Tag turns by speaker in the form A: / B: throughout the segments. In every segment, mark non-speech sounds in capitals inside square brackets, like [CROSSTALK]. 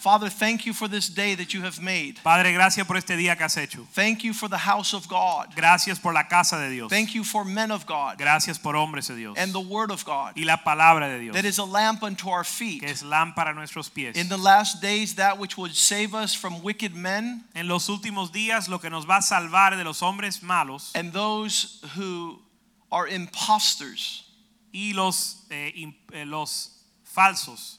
A: Father, thank you for this day that you have made.
B: Padre, gracias por este día que has hecho.
A: Thank you for the house of God.
B: Gracias por la casa de Dios.
A: Thank you for men of God
B: Gracias por hombres de Dios.
A: and the word of God
B: y la palabra de Dios,
A: that is a lamp unto our feet.
B: que es lámpara a nuestros pies.
A: In the last days, that which would save us from wicked men
B: en los últimos días, lo que nos va a salvar de los hombres malos
A: and those who are imposters,
B: y los, eh, imp- eh, los falsos,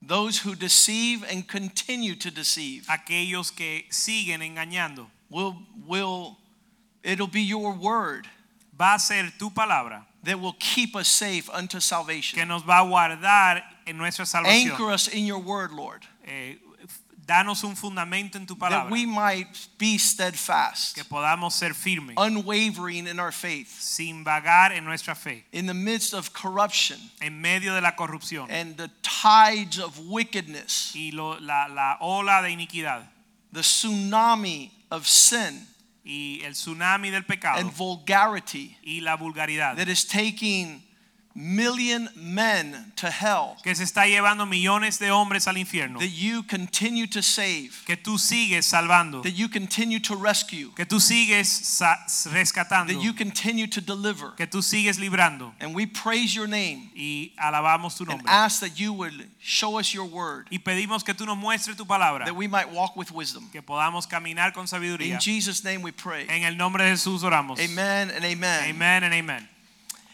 A: those who deceive and continue to deceive.
B: aquellos que siguen engañando.
A: Will, will, it'll be your word
B: Va a ser tu palabra
A: that will keep us safe unto
B: que
A: salvation.
B: nos va a guardar en nuestra salvación.
A: Anchor us in your word, Lord,
B: Eh, f- danos un fundamento en tu
A: that
B: palabra
A: we might be steadfast.
B: que podamos ser firmes,
A: unwavering in our faith
B: sin vagar en nuestra fe,
A: in the midst of corruption
B: en medio de la corrupción.
A: and the tides of wickedness,
B: y lo- la, la ola de iniquidad
A: the tsunami of sin
B: y el tsunami del pecado
A: and vulgarity
B: y la vulgaridad
A: that is taking million men to hell
B: que se está llevando millones de hombres al infierno
A: that you continue to save,
B: que tú sigues salvando
A: that you continue to rescue,
B: que tú sigues sa- rescatando
A: that you continue to deliver.
B: que tú sigues librando
A: And we praise your name
B: y alabamos tu
A: and
B: nombre
A: ask that you would show us your word
B: y pedimos que tú nos muestres tu palabra
A: that we might walk with wisdom.
B: que podamos caminar con sabiduría
A: In Jesus' name we pray.
B: en el nombre de Jesús oramos
A: Amen and amen.
B: amen and amen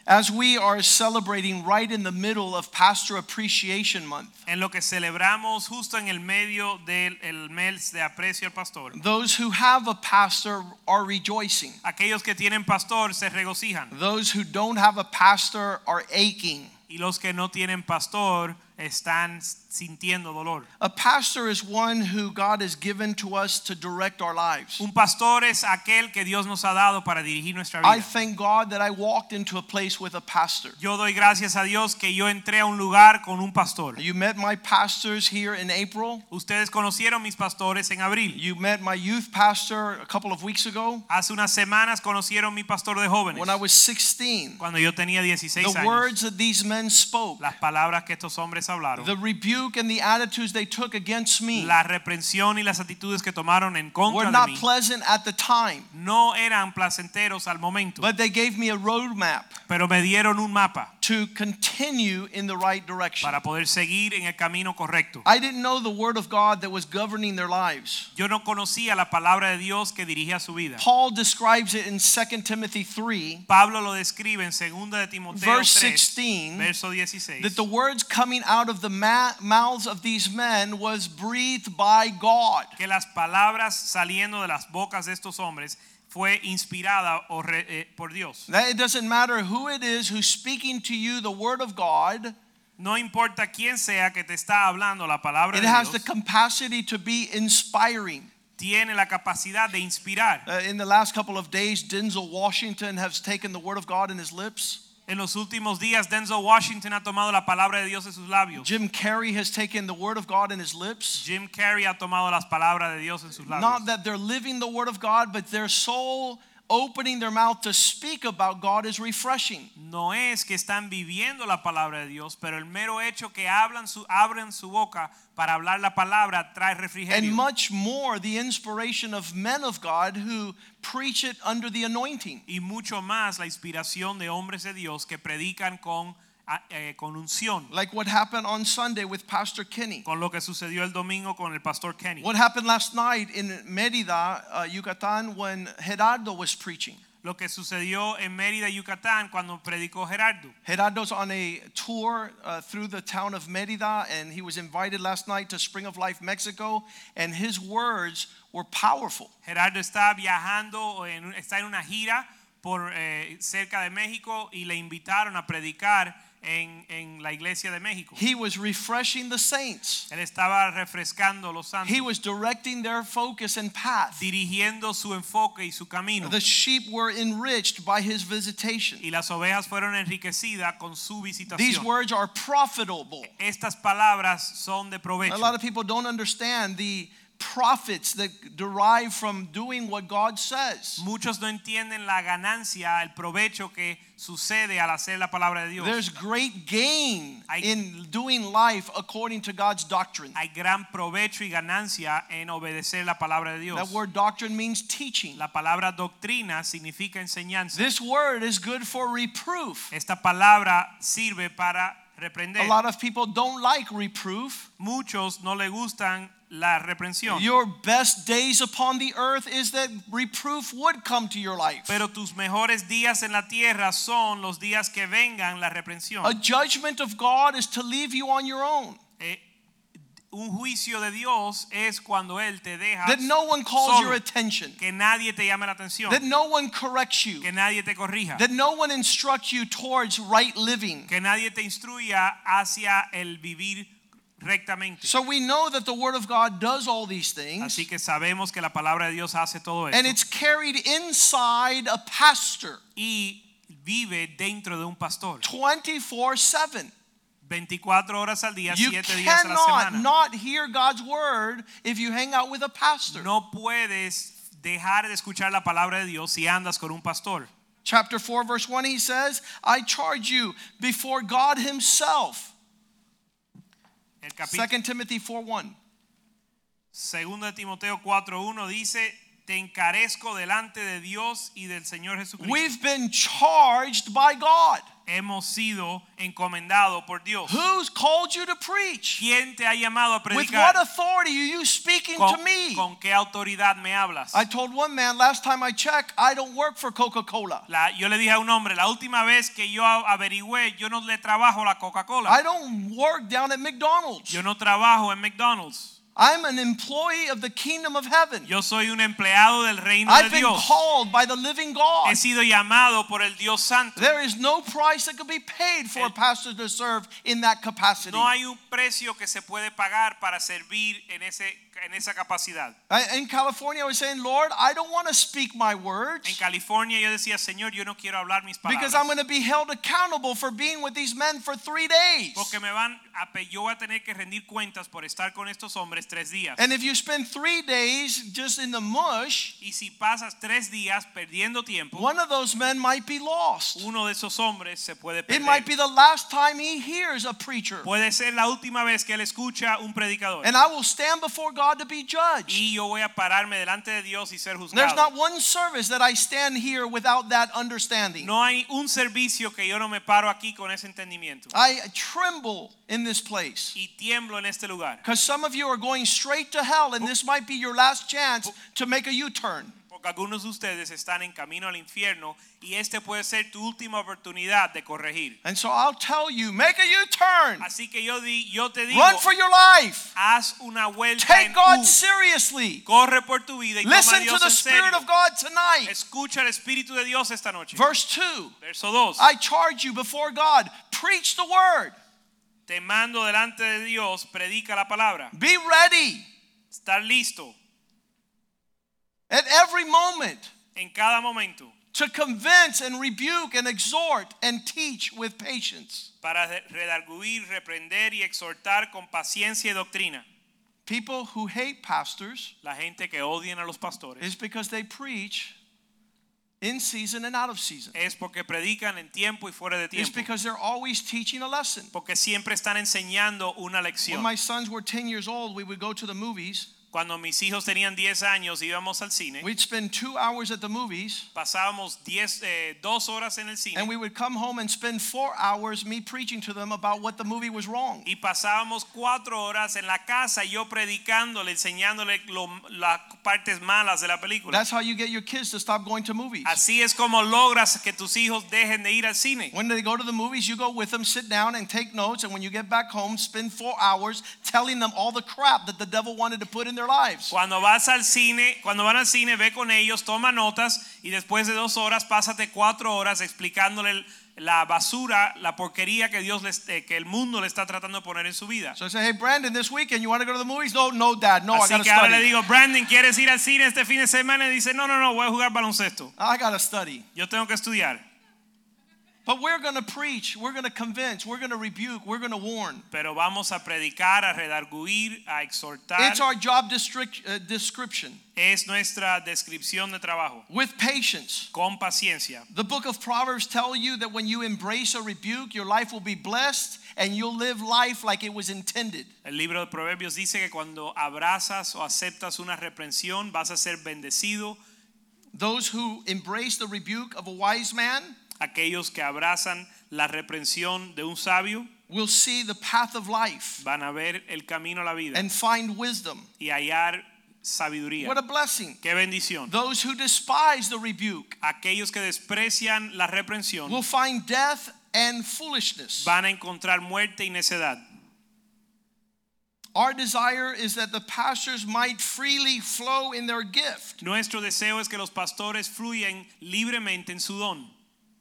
A: As we are celebrating right in the middle of Pastor Appreciation Month,
B: en lo que celebramos justo en el medio del el mes de aprecio al pastor
A: those who have a pastor are rejoicing.
B: aquellos que tienen pastor se regocijan
A: Those who don't have a pastor are aching.
B: y los que no tienen pastor están sintiendo dolor.
A: A pastor is one who God has given to us to direct our lives.
B: Un pastor es aquel que Dios nos ha dado para dirigir nuestra
A: I
B: vida.
A: thank God that I walked into a place with a pastor.
B: Yo doy gracias a Dios que yo entré a un lugar con un pastor.
A: You met my pastors here in April.
B: Ustedes conocieron mis pastores en abril.
A: You met my youth pastor a couple of weeks ago.
B: Hace unas semanas conocieron mi pastor de jóvenes.
A: When I was 16,
B: Cuando yo tenía 16
A: the
B: años,
A: words that these men spoke
B: las palabras que estos hombres hablaron,
A: The rebuke and the attitudes they took against me
B: la reprensión y las actitudes que tomaron en
A: were
B: contra de
A: not
B: mí
A: pleasant at the time,
B: no eran placenteros al momento,
A: but they gave me a roadmap
B: pero me dieron un mapa
A: to continue in the right direction.
B: para poder seguir en el camino correcto.
A: I didn't know the word of God that was governing their lives.
B: Yo no conocía la palabra de Dios que dirige a su vida.
A: Paul describes it in 2 Timothy 3,
B: Pablo lo describe en 2 de Timoteo
A: verse
B: 3,
A: 16,
B: verso 16,
A: that the words coming out of the ma- mouths of these men was breathed by God.
B: que las palabras saliendo de las bocas de estos hombres fue inspirada o re- eh, por Dios.
A: That it doesn't matter who it is who's speaking to you the word of God,
B: No importa quién sea que te está hablando la palabra
A: it
B: de
A: has the
B: Dios,
A: capacity to be inspiring.
B: tiene la capacidad de inspirar.
A: Uh, in the last couple of days, Denzel Washington has taken the word of God in his lips.
B: En los últimos días Denzel Washington ha tomado la palabra de Dios en sus labios.
A: Jim Carrey has taken the word of God in his lips.
B: Jim Carrey ha tomado las palabras de Dios en sus labios.
A: Not that they're living the word of God, but their soul opening their mouth to speak about God is refreshing.
B: no es que están viviendo la palabra de Dios, pero el mero hecho que hablan su, abren su boca para hablar la palabra trae
A: And
B: refrigerio.
A: much more the inspiration of men of God who preach it under the anointing.
B: Y mucho más la inspiración de hombres de Dios que predican con, a- eh, con unción,
A: Like what happened on Sunday with Pastor Kenny.
B: con lo que sucedió el domingo con el pastor Kenny.
A: What happened last night in Merida, uh, Yucatan, when Gerardo was preaching.
B: Lo que sucedió en Mérida, Yucatán, cuando predicó Gerardo.
A: Gerardo's on a tour uh, through the town of Merida, and he was invited last night to Spring of Life, Mexico, and his words were powerful.
B: Gerardo está viajando, o en- está en una gira por eh, cerca de México y le invitaron a predicar en, en la iglesia de México.
A: He was refreshing the saints.
B: Él estaba refrescando los santos,
A: He was directing their focus and path.
B: dirigiendo su enfoque y su camino.
A: The sheep were enriched by his visitation.
B: Y las ovejas fueron enriquecidas con su
A: These
B: visitación.
A: words are profitable.
B: Estas palabras son de
A: A
B: provecho.
A: lot of people don't understand the profits that derive from doing what God says.
B: Muchos no entienden la ganancia, el provecho que sucede al hacer la palabra de Dios.
A: There's great gain
B: I-
A: in doing life according to God's doctrine.
B: Hay gran provecho y ganancia en obedecer la palabra de
A: That
B: Dios.
A: word doctrine means teaching.
B: La palabra doctrina significa enseñanza.
A: This word is good for reproof.
B: Esta palabra sirve para
A: A
B: reprender.
A: lot of people don't like reproof.
B: Muchos no le gustan la reprensión.
A: Your best days upon the earth is that reproof would come to your life.
B: Pero tus mejores días en la tierra son los días que vengan la reprensión.
A: A judgment of God is to leave you on your own.
B: Eh, un juicio de Dios es cuando Él te deja
A: That no one calls
B: solo.
A: your attention.
B: que nadie te llame la atención,
A: That no one corrects you.
B: que nadie te corrija,
A: That no one instructs you towards right living.
B: que nadie te instruya hacia el vivir rectamente.
A: So we know that the Word of God does all these things.
B: Así que sabemos que la palabra de Dios hace todo
A: And
B: esto
A: it's carried inside a pastor
B: y vive dentro de un pastor
A: 24 7.
B: 24 horas al día,
A: You
B: 7 días a la
A: cannot
B: semana.
A: not hear God's Word if you hang out with a pastor.
B: No puedes dejar de escuchar la palabra de Dios si andas con un pastor.
A: Chapter 4, verse 1, he says, I charge you before God Himself.
B: El capítulo
A: 2 Timothy 4 1.
B: Segundo de Timoteo 4:1 dice, "Te encarezco delante de Dios y del Señor Jesucristo."
A: We've been charged by God.
B: Hemos sido encomendado por Dios.
A: Who's called you to preach?
B: ¿Quién te ha llamado a
A: With what
B: predicar?
A: authority are you speaking
B: ¿Con,
A: to me?
B: con qué autoridad me hablas?
A: I told one man last time I checked, I don't work for Coca Cola.
B: La- yo le dije a un hombre, la última vez que yo a- averigüé, yo no le trabajo la
A: I
B: Coca-Cola.
A: don't work down at McDonald's.
B: Yo no trabajo en McDonald's.
A: I'm an employee of the kingdom of heaven.
B: Yo soy un empleado del reino
A: I've
B: de
A: been
B: Dios.
A: called by the living God.
B: He sido llamado por el Dios Santo.
A: There is no price that could be paid for a
B: El-
A: pastor to serve in that capacity.
B: Eh. No hay un precio que se puede pagar para servir en, ese, en esa capacidad.
A: I- in California, I was saying, Lord, I don't want to speak my
B: En
A: words
B: California yo decía, Señor, yo no quiero hablar mis palabras.
A: because I'm going to be held accountable for being with these men for three days.
B: porque me van a, pe- yo voy a tener que rendir cuentas por estar con estos hombres tres días.
A: And if you spend three days just in the mush,
B: y si pasas tres días perdiendo tiempo,
A: one of those men might be lost.
B: uno de esos hombres se puede
A: It
B: perder.
A: might be the last time he hears a preacher.
B: puede ser la última vez que él escucha un predicador.
A: And I will stand before God to be judged.
B: y yo voy a pararme delante de Dios y ser
A: There's
B: juzgado.
A: not one service that I stand here without that understanding.
B: no hay un servicio que yo no me paro aquí con ese entendimiento.
A: I tremble in this place.
B: y tiemblo en este lugar.
A: Because some of you are going straight to hell, and this might be your last chance to make a U turn.
B: Porque algunos de ustedes están en camino al infierno y este puede ser tu última oportunidad de corregir.
A: And so I'll tell you make a U turn,
B: Así que yo, di, yo te digo,
A: run for your life,
B: haz una vuelta en
A: take God
B: U.
A: seriously,
B: corre por tu vida y toma a
A: listen to
B: Dios
A: the
B: en
A: Spirit
B: serio.
A: of God tonight.
B: Escucha el Espíritu de Dios esta noche.
A: Verse 2
B: Verso 2.
A: I charge you before God, preach the word,
B: Te mando delante de Dios, predica la palabra.
A: be ready
B: Estar listo
A: at every moment.
B: en cada momento
A: to convince and rebuke and exhort and teach with patience.
B: para re- redarguir, reprender y exhortar con paciencia y doctrina.
A: People who hate pastors
B: La gente que odian a los pastores
A: is because they preach in season and out of season.
B: es porque predican en tiempo y fuera de
A: It's
B: tiempo.
A: because they're always teaching a lesson.
B: Porque siempre están enseñando una
A: When
B: lección.
A: my sons were 10 years old, we would go to the movies.
B: Cuando mis hijos tenían 10 años íbamos al cine,
A: We'd spend two hours at the movies,
B: pasábamos 10, eh, dos horas en el cine
A: and we would come home and spend four hours me preaching to them about what the movie was wrong.
B: y pasábamos cuatro horas en la casa yo predicándole, enseñándole lo- las partes malas de la película.
A: That's how you get your kids to stop going to movies.
B: Así es como logras que tus hijos dejen de ir al cine.
A: When they go to the movies, you go with them, sit down and take notes, and when you get back home, spend four hours telling them all the crap that the devil wanted to put in their lives.
B: Cuando vas al cine, cuando van al cine, ve con ellos, toma notas y después de dos horas, pásate cuatro horas explicándole la basura, la porquería que Dios les- eh, que el mundo le está tratando de poner en su vida.
A: So I say, hey, Brandon, this weekend you want to go to the movies? No, no, Dad, no, I
B: Así
A: gotta
B: que ahora le
A: study.
B: digo, Brandon, ¿quieres ir al cine este fin de semana? Y dice, no, no, no, voy a jugar baloncesto.
A: I gotta study.
B: Yo tengo que estudiar.
A: But we're gonna preach, we're gonna convince, we're gonna rebuke, we're gonna warn.
B: Pero vamos a predicar, a redarguir, a exhortar.
A: It's our job district, uh, description
B: Es nuestra descripción de trabajo.
A: with patience.
B: Con paciencia.
A: The book of Proverbs tell you that when you embrace a rebuke, your life will be blessed and you'll live life like it was intended.
B: El libro de Proverbios dice que cuando abrazas o aceptas una reprensión vas a ser bendecido.
A: Those who embrace the rebuke of a wise man
B: Aquellos que abrazan la reprensión de un sabio
A: will see the path of life
B: van a ver el camino a la vida
A: and find wisdom.
B: y hallar sabiduría.
A: What a blessing.
B: Qué bendición.
A: Those who despise the rebuke
B: Aquellos que desprecian la reprensión
A: will find death and foolishness.
B: van a encontrar muerte y necedad.
A: Our desire is that the pastors might freely flow in their gift.
B: Nuestro deseo es que los pastores fluyan libremente en su don.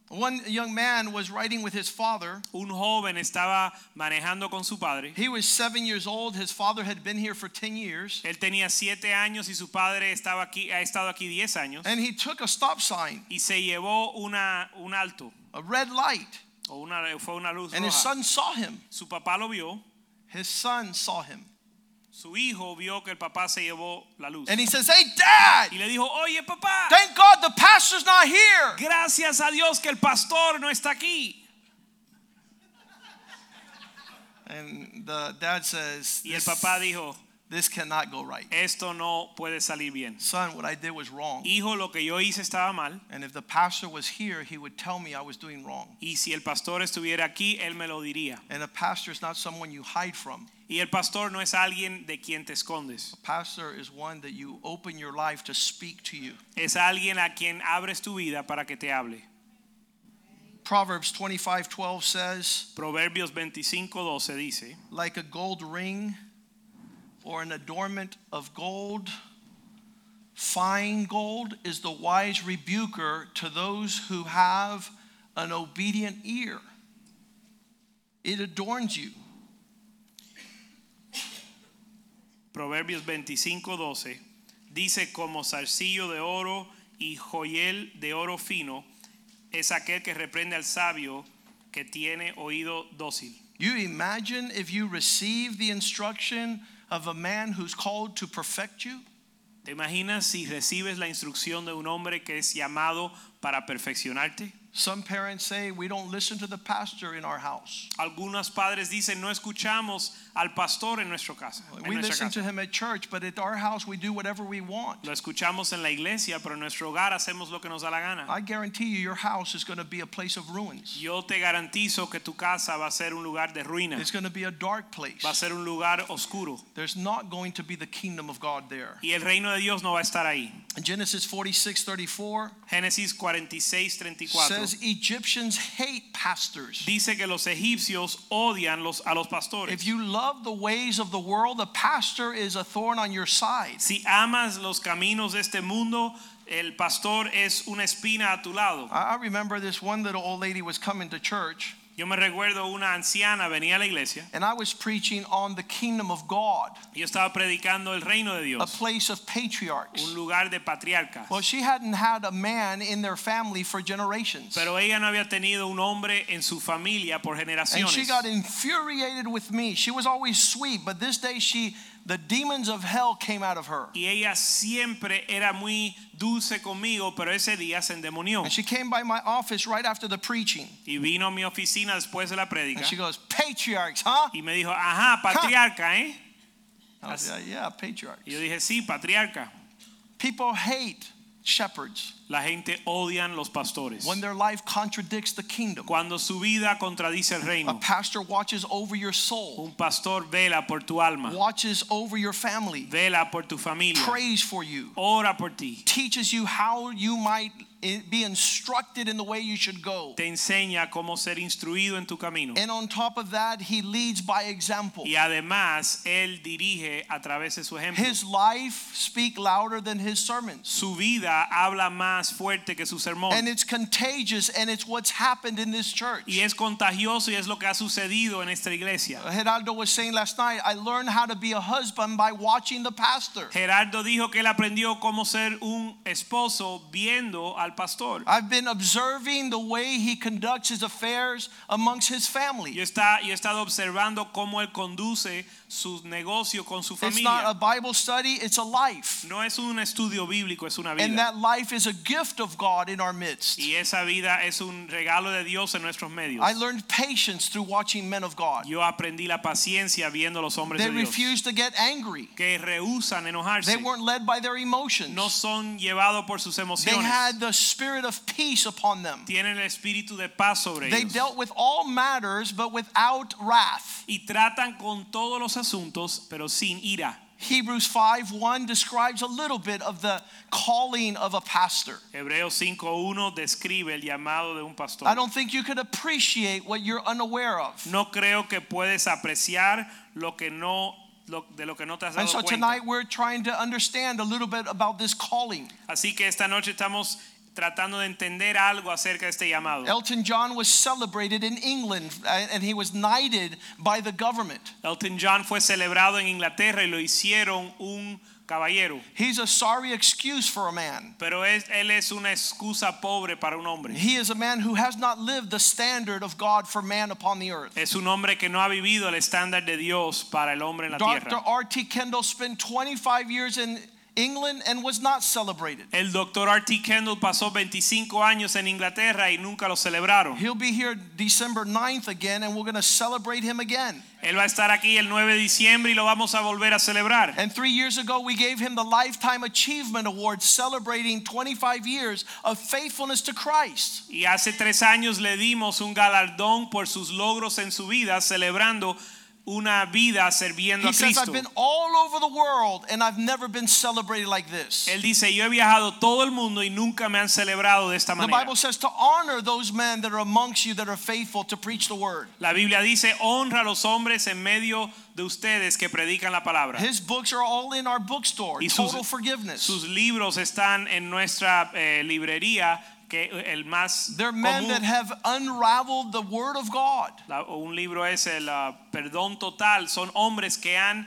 A: One young man was riding with his father.
B: Un joven estaba manejando con su padre.
A: He was seven years old. His father had been here for 10 years.
B: Él tenía siete años y su padre estaba aquí, ha estado aquí 10 años.
A: And he took a stop sign,
B: Y se llevó una, un alto,
A: a red light,
B: o una, fue una luz
A: and his
B: roja.
A: son saw him.
B: Su papá lo vio,
A: His son saw him.
B: su hijo vio que el papá se llevó la luz.
A: And he says, Hey, Dad,
B: Y le dijo, oye papá,
A: thank God the pastor's not here.
B: gracias a Dios que el pastor no está aquí.
A: And the dad says,
B: Y el
A: This,
B: papá dijo,
A: this cannot go right.
B: esto no puede salir bien.
A: Son, what I did was wrong.
B: Hijo, lo que yo hice estaba mal.
A: And if the pastor was here, he would tell me I was doing wrong.
B: Y si el pastor estuviera aquí, él me lo diría.
A: And a pastor is not someone you hide from.
B: Y el pastor no es alguien de quien te escondes.
A: Pastor is one that you open your life to speak to you.
B: Es alguien a quien abres tu vida para que te hable.
A: Proverbs 25:12 says,
B: Proverbios 25:12 dice,
A: like a gold ring or an adornment of gold. Fine gold is the wise rebuker to those who have an obedient ear. It adorns you.
B: Proverbios 25:12 dice como zarcillo de oro y joyel de oro fino es aquel que reprende al sabio que tiene oído dócil.
A: You imagine if you receive the instruction of a man who's called to perfect you?
B: ¿Te imaginas si recibes la instrucción de un hombre que es llamado para perfeccionarte?
A: Some parents say we don't listen to the pastor in our house.
B: Algunos padres dicen, "No escuchamos al pastor en nuestro casa." en
A: We
B: nuestra
A: listen
B: casa".
A: to him at church, but at our house we do whatever we want.
B: Lo escuchamos en la iglesia, pero en nuestro hogar hacemos lo que nos da la gana.
A: I guarantee you, your house is going to be a place of ruins.
B: Yo te garantizo que tu casa va a ser un lugar de ruina,
A: It's going to be a dark place.
B: va a ser un lugar oscuro
A: There's not going to be the kingdom of God there.
B: y el reino de Dios no va a estar ahí.
A: In Genesis 46 34
B: Génesis 46, 34
A: says Egyptians hate pastors.
B: dice que los egipcios odian los, a los
A: If
B: pastores.
A: you love the ways of the world, the pastor is a thorn on your side.
B: Si amas los caminos de este mundo, el pastor es una espina a tu lado.
A: I I remember this one little old lady was coming to church,
B: Yo me recuerdo una anciana venía a la iglesia
A: and I was preaching on the kingdom of God,
B: y yo estaba predicando el reino de
A: a
B: Dios,
A: place of patriarchs.
B: un lugar de patriarcas.
A: Well, she hadn't had a man in their family for generations.
B: Pero ella no había tenido un hombre en su familia por
A: And she
B: generaciones.
A: got infuriated with me. She was always sweet, but this day she the demons of hell came out of her.
B: Y ella siempre era muy dulce conmigo, pero ese día se endemonió.
A: And she came by my office right after the preaching.
B: Y vino a mi oficina después de la
A: And
B: prédica
A: she goes, Patriarchs, huh?
B: y me dijo, ajá, patriarca, ¿eh?
A: I was like, yeah, patriarchs.
B: Y yo dije, sí, patriarca.
A: People hate shepherds
B: La gente odian los pastores.
A: when their life contradicts the kingdom.
B: Cuando su vida contradice el
A: A
B: reino,
A: pastor watches over your soul,
B: un pastor vela por tu alma,
A: watches over your family,
B: vela por tu familia,
A: prays for you,
B: ora por ti,
A: teaches you how you might in- be instructed in the way you should go.
B: te enseña cómo ser instruido en tu camino.
A: And on top of that, he leads by example.
B: Y además, Él dirige a través de su ejemplo.
A: His life speak louder than his sermons.
B: su vida habla más fuerte que su sermón.
A: And it's contagious and it's what's happened in this church.
B: y es contagioso y es lo que ha sucedido en esta iglesia.
A: Geraldo was saying last night, I learned how to be a husband by watching the pastor.
B: Gerardo dijo que él aprendió cómo ser un esposo viendo al pastor.
A: I've been observing the way he conducts his affairs amongst his
B: Yo,
A: family.
B: está, yo he estado observando cómo él conduce su negocio con su
A: It's not a
B: familia.
A: Bible study, it's a life.
B: No es un estudio bíblico, es una
A: And
B: vida.
A: that life is a gift of God in our midst.
B: Y esa vida es un regalo de Dios en nuestros medios.
A: I learned patience through watching men of God.
B: Yo aprendí la paciencia viendo a los hombres
A: They
B: de Dios
A: refuse to get angry.
B: que rehusan
A: They
B: enojarse.
A: weren't led by their
B: No
A: emotions.
B: son llevados por sus
A: They
B: emociones.
A: had the spirit of peace upon them.
B: Tienen el espíritu de paz sobre
A: They
B: ellos.
A: dealt with all matters but without wrath.
B: Y tratan con todos los asuntos, pero sin ira.
A: Hebrews 5:1 describes a little bit of the calling of a pastor.
B: Hebreos 5.1 describe el llamado de un pastor.
A: I don't think you could appreciate what you're unaware of.
B: No creo que puedes apreciar lo que no lo- de lo que no te has
A: And
B: dado
A: so
B: cuenta.
A: tonight we're trying to understand a little bit about this calling.
B: Así que esta noche estamos tratando de entender algo acerca de este llamado.
A: Elton John was celebrated in England uh, and he was knighted by the government.
B: Elton John fue celebrado en Inglaterra y lo hicieron un caballero,
A: He's a sorry excuse for a man.
B: pero es- él es una excusa pobre para un hombre.
A: He is a man who has not lived the standard of God for man upon the earth.
B: Es un hombre que no ha vivido el estándar de Dios para el hombre en la
A: Dr.
B: tierra.
A: R.T. Kendall spent 25 years in England and was not celebrated.
B: El doctor R.T. Kendall pasó 25 años en Inglaterra y nunca lo celebraron.
A: He'll be here December 9th again, and we're going to celebrate him again.
B: Él va a estar aquí el 9 de diciembre y lo vamos a volver a celebrar.
A: And three years ago, we gave him the Lifetime Achievement Award, celebrating 25 years of faithfulness to Christ.
B: Y hace tres años le dimos un galardón por sus logros en su vida, celebrando una vida sirviendo
A: He
B: a
A: says, I've
B: Cristo.
A: been all over the world, and I've never been celebrated like this.
B: Él dice, yo he viajado todo el mundo y nunca me han celebrado de esta
A: The
B: manera.
A: Bible says to honor those men that are amongst you that are faithful to preach the word.
B: La Biblia dice, honra a los hombres en medio de ustedes que predican la palabra.
A: His books are all in our bookstore.
B: Y sus-
A: Total forgiveness.
B: Sus libros están en nuestra eh, librería, que el más
A: They're men that
B: común-
A: have unraveled the word of God.
B: La- o un libro es el ah, perdón total. Son hombres que han,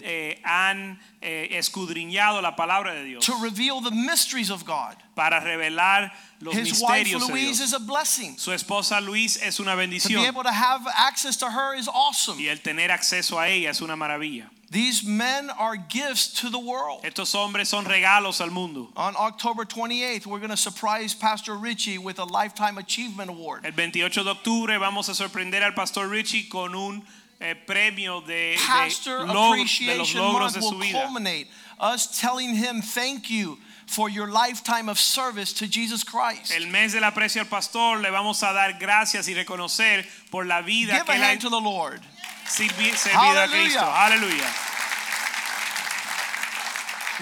B: eh, han eh, escudriñado la palabra de Dios
A: to reveal the mysteries of God.
B: para revelar los
A: His wife
B: misterios de
A: Louise
B: Dios.
A: is a blessing.
B: Su esposa Luis es una
A: To be
B: bendición
A: able to have access to her is awesome.
B: y el tener acceso a ella es una maravilla.
A: These men are gifts to the world.
B: Estos hombres son regalos al mundo.
A: On October 28th, we're going to surprise Pastor Richie with a Lifetime Achievement Award.
B: El 28 de octubre vamos a sorprender al pastor Richie con un eh, premio de, de
A: Pastor
B: logro- de los
A: Appreciation
B: logros
A: Month
B: de
A: will
B: su vida.
A: culminate us telling him thank you for your lifetime of service to Jesus Christ.
B: El mes del aprecio al pastor le vamos a dar gracias y reconocer por la vida
A: Give a
B: que él ha
A: hand to the Lord.
B: sirvi- servido a
A: Hallelujah.
B: Cristo. Aleluya.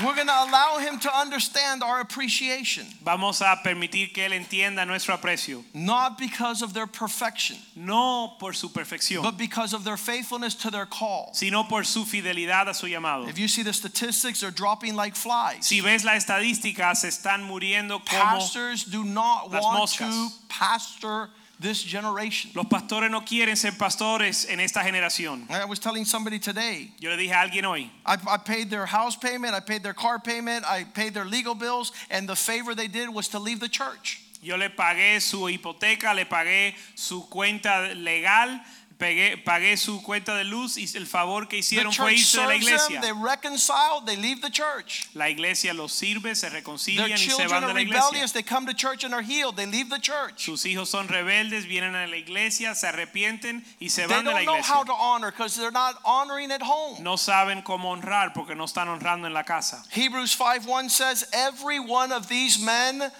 A: We're going to allow him to understand our appreciation,
B: Vamos a permitir que él entienda nuestro aprecio,
A: not because of their perfection.
B: no por su perfección,
A: but because of their faithfulness to their call.
B: sino por su fidelidad a su llamado.
A: If you see the statistics, they're dropping like flies.
B: Si ves la estadística, se están muriendo como
A: Pastors do not
B: las
A: want
B: moscas.
A: to pastor this generation.
B: los pastores no quieren ser pastores en esta generación.
A: I was telling somebody today,
B: Yo le dije a alguien hoy,
A: I, I paid their house payment, I paid their car payment, I paid their legal bills, and the favor they did was to leave the church.
B: yo le pagué su hipoteca, le pagué su cuenta legal, pegué- pagué su cuenta de luz y el favor que
A: The
B: hicieron
A: church
B: fue irse de la
A: serves them,
B: iglesia.
A: they reconciled, they leave the church.
B: La iglesia los sirve, se
A: Their
B: reconcilian y se
A: children
B: van de
A: are
B: la iglesia.
A: rebellious, they come to church and are healed, they leave the church.
B: Sus hijos son rebeldes, vienen a la iglesia, se arrepienten y se
A: They
B: van de la
A: don't know how
B: iglesia.
A: to honor because they're not honoring at home.
B: No saben cómo honrar porque no están honrando en la casa.
A: Hebrews 5:1 says every one of these men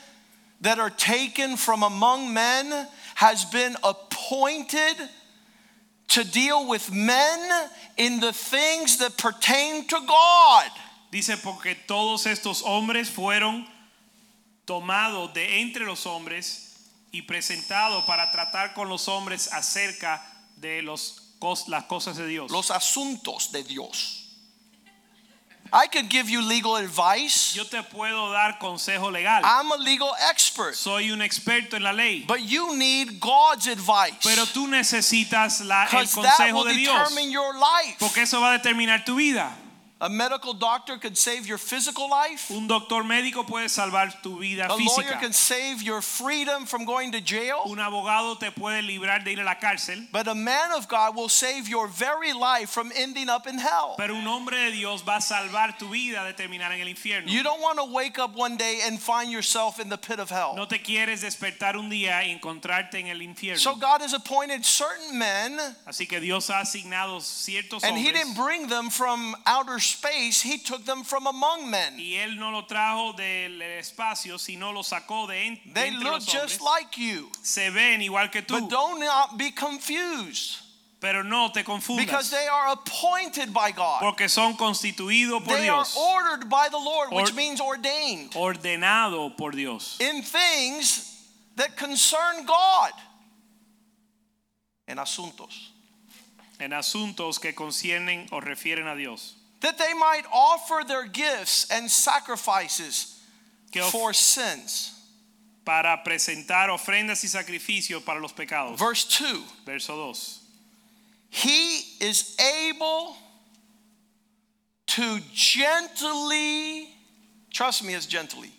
A: that are taken from among men has been appointed to deal with men in the things that pertain to God.
B: Dice porque todos estos hombres fueron tomado de entre los hombres y presentado para tratar con los hombres acerca de los, cos- las cosas de Dios.
A: los asuntos de Dios. I could give you legal advice.
B: Yo te puedo dar consejo legal.
A: I'm a legal expert.
B: Soy un experto en la ley.
A: Ah. But you need God's advice.
B: Pero tú necesitas la, el
A: Because that
B: consejo
A: will
B: de Dios.
A: determine your life.
B: Porque eso va a determinar tu vida.
A: A medical doctor could save your physical life.
B: Un doctor médico puede salvar tu vida
A: A lawyer
B: física.
A: can save your freedom from going to jail.
B: Un abogado te puede librar de ir a la cárcel.
A: But a man of God will save your very life from ending up in hell.
B: Pero un hombre de Dios va a salvar tu vida de terminar en el infierno.
A: You don't want to wake up one day and find yourself in the pit of hell.
B: No te quieres despertar un día y encontrarte en el
A: So
B: infierno.
A: God has appointed certain men
B: Así que Dios ha asignado ciertos
A: And he
B: hombres
A: didn't bring them from outer space, he took them from among men.
B: y él no lo trajo del espacio, sino lo sacó de en- de
A: They
B: entre
A: look
B: los hombres.
A: just like you,
B: Se ven igual que
A: but
B: tú,
A: don't not be confused
B: pero no te
A: because
B: confundas,
A: they are appointed by God.
B: porque son constituidos por
A: They are
B: Dios,
A: ordered by the Lord, which
B: Or-
A: means ordained
B: ordenado por Dios
A: in things that concern God. En asuntos.
B: en asuntos que conciernen o refieren a Dios,
A: That they might offer their gifts and sacrifices
B: que of-
A: for sins.
B: para presentar ofrendas y sacrificios para los pecados.
A: Verse 2.
B: Verso 2.
A: He is able to gently, trust me, it's gently.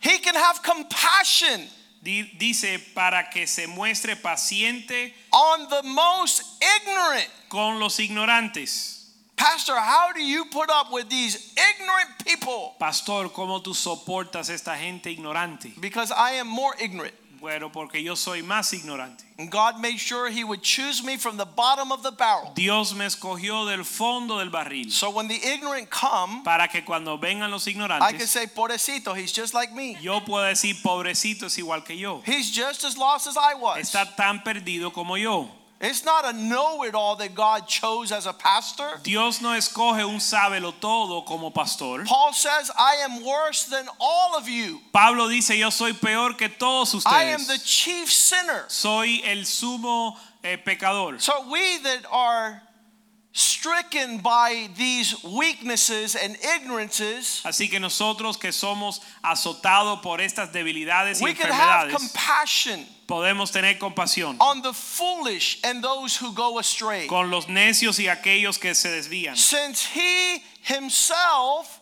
A: He can have compassion
B: Di- Dice para que se muestre paciente
A: on the most ignorant.
B: con los ignorantes.
A: Pastor, how do you put up with these ignorant people?
B: Pastor, ¿cómo tú soportas esta gente ignorante?
A: Because I am more ignorant.
B: Bueno, porque yo soy más ignorante.
A: And God made sure He would choose me from the bottom of the barrel.
B: Dios me escogió del fondo del barril
A: So when the ignorant come,
B: para que cuando vengan los
A: I can
B: ignorantes,
A: say, Pobrecito, he's just like me.
B: yo pueda decir, pobrecito es igual que yo.
A: He's just as lost as I was.
B: Está tan perdido como yo.
A: It's not a know it all that God chose as a pastor.
B: Dios no escoge un sábelo todo como pastor.
A: Paul says, I am worse than all of you.
B: Pablo dice, yo soy peor que todos
A: I am the
B: ustedes.
A: chief sinner.
B: Soy el sumo eh, pecador.
A: So we that are stricken by these weaknesses and ignorances,
B: Así que nosotros que somos azotados por estas debilidades y
A: we can have
B: enfermedades,
A: compassion
B: podemos tener compasión
A: on the foolish and those who go astray.
B: con los necios y aquellos que se desvían.
A: Since he himself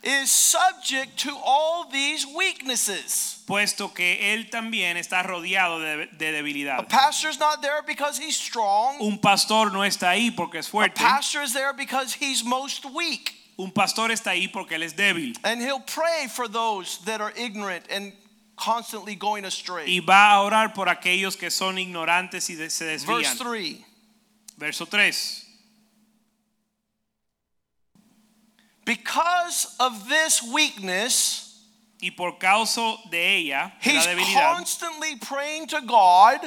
A: is subject to all these weaknesses.
B: puesto que él también está rodeado de, de
A: A
B: debilidad.
A: pastor's not there because he's strong.
B: Un pastor no está ahí porque es
A: A
B: fuerte.
A: pastor is there because he's most weak,
B: Un pastor está ahí porque él es débil
A: and he'll pray for those that are ignorant and constantly going astray.
B: y va a orar por aquellos que son ignorantes y de- se
A: Verse
B: desvían.
A: 3
B: Verso 3.
A: Because of this weakness,
B: Y por causa de ella, de la
A: he's
B: debilidad,
A: constantly praying to God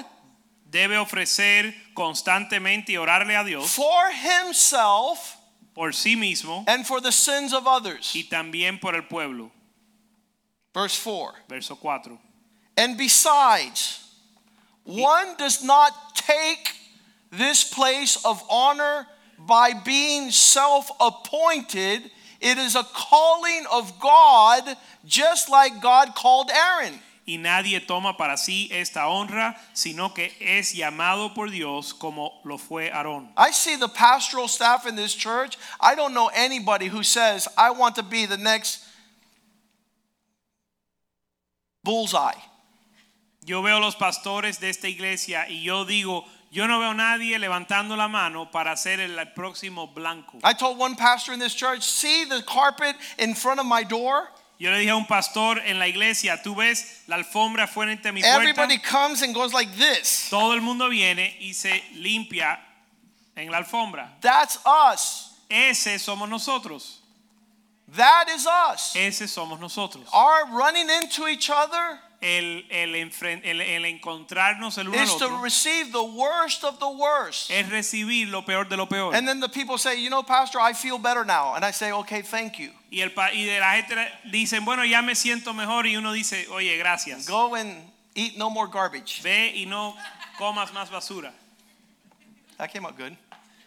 B: debe ofrecer constantemente y orarle a Dios
A: for himself
B: por sí mismo
A: and for the sins of others.
B: y también por el pueblo.
A: Verse 4
B: Verso 4.
A: And besides, one does not take this place of honor by being self appointed. It is a calling of God, just like God called Aaron.
B: Y nadie toma para sí esta honra, sino que es llamado por Dios como lo fue Aarón.
A: I see the pastoral staff in this church. I don't know anybody who says, I want to be the next bullseye.
B: Yo veo los pastores de esta iglesia y yo digo, yo no veo nadie levantando la mano para ser el próximo blanco.
A: I told one pastor in this church, see the carpet in front of my door?
B: Yo le dije a un pastor en la iglesia, tú ves la alfombra frente a mi puerta.
A: Everybody comes and goes like this.
B: Todo el mundo viene y se limpia en la alfombra.
A: That's us.
B: Ese somos nosotros.
A: That is us.
B: Ese somos nosotros.
A: Our running into each other
B: el, el enfren- el- el encontrarnos el uno al
A: is to
B: otro
A: receive the worst of the worst.
B: es recibir lo peor de lo peor.
A: And then the people say, You know, Pastor, I feel better now. And I say, Okay, thank you.
B: Y, el, pa- y de la gente dicen, bueno, ya me siento mejor. Y uno dice, oye, gracias.
A: Go and eat no more garbage.
B: Ve y no comas más basura.
A: That came out good. [LAUGHS]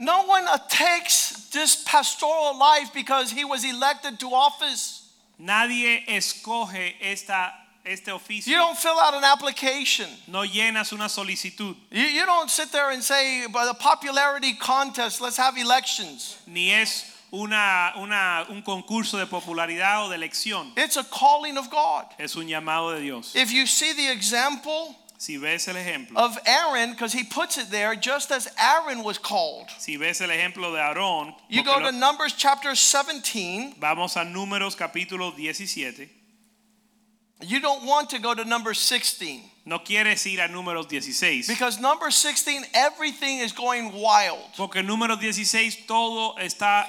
A: No one uh, takes this pastoral life because he was elected to office.
B: Nadie escoge esta, este
A: You
B: oficio.
A: don't fill out an application.
B: No llenas una solicitud.
A: You, you don't sit there and say, by the popularity contest, let's have elections.
B: Ni es una, una- un concurso de popularidad o de elección.
A: It's a calling of God.
B: Es un llamado de Dios.
A: If you see the example
B: Si ves el ejemplo,
A: of Aaron, because he puts it there, just as Aaron was called.
B: si ves el ejemplo de Aarón,
A: You
B: porque
A: go to
B: lo-
A: Numbers chapter 17.
B: vamos a Números capítulo 17.
A: You don't want to go to number 16
B: No quieres ir a Números 16.
A: because number 16, everything is going wild.
B: Porque en número 16 todo está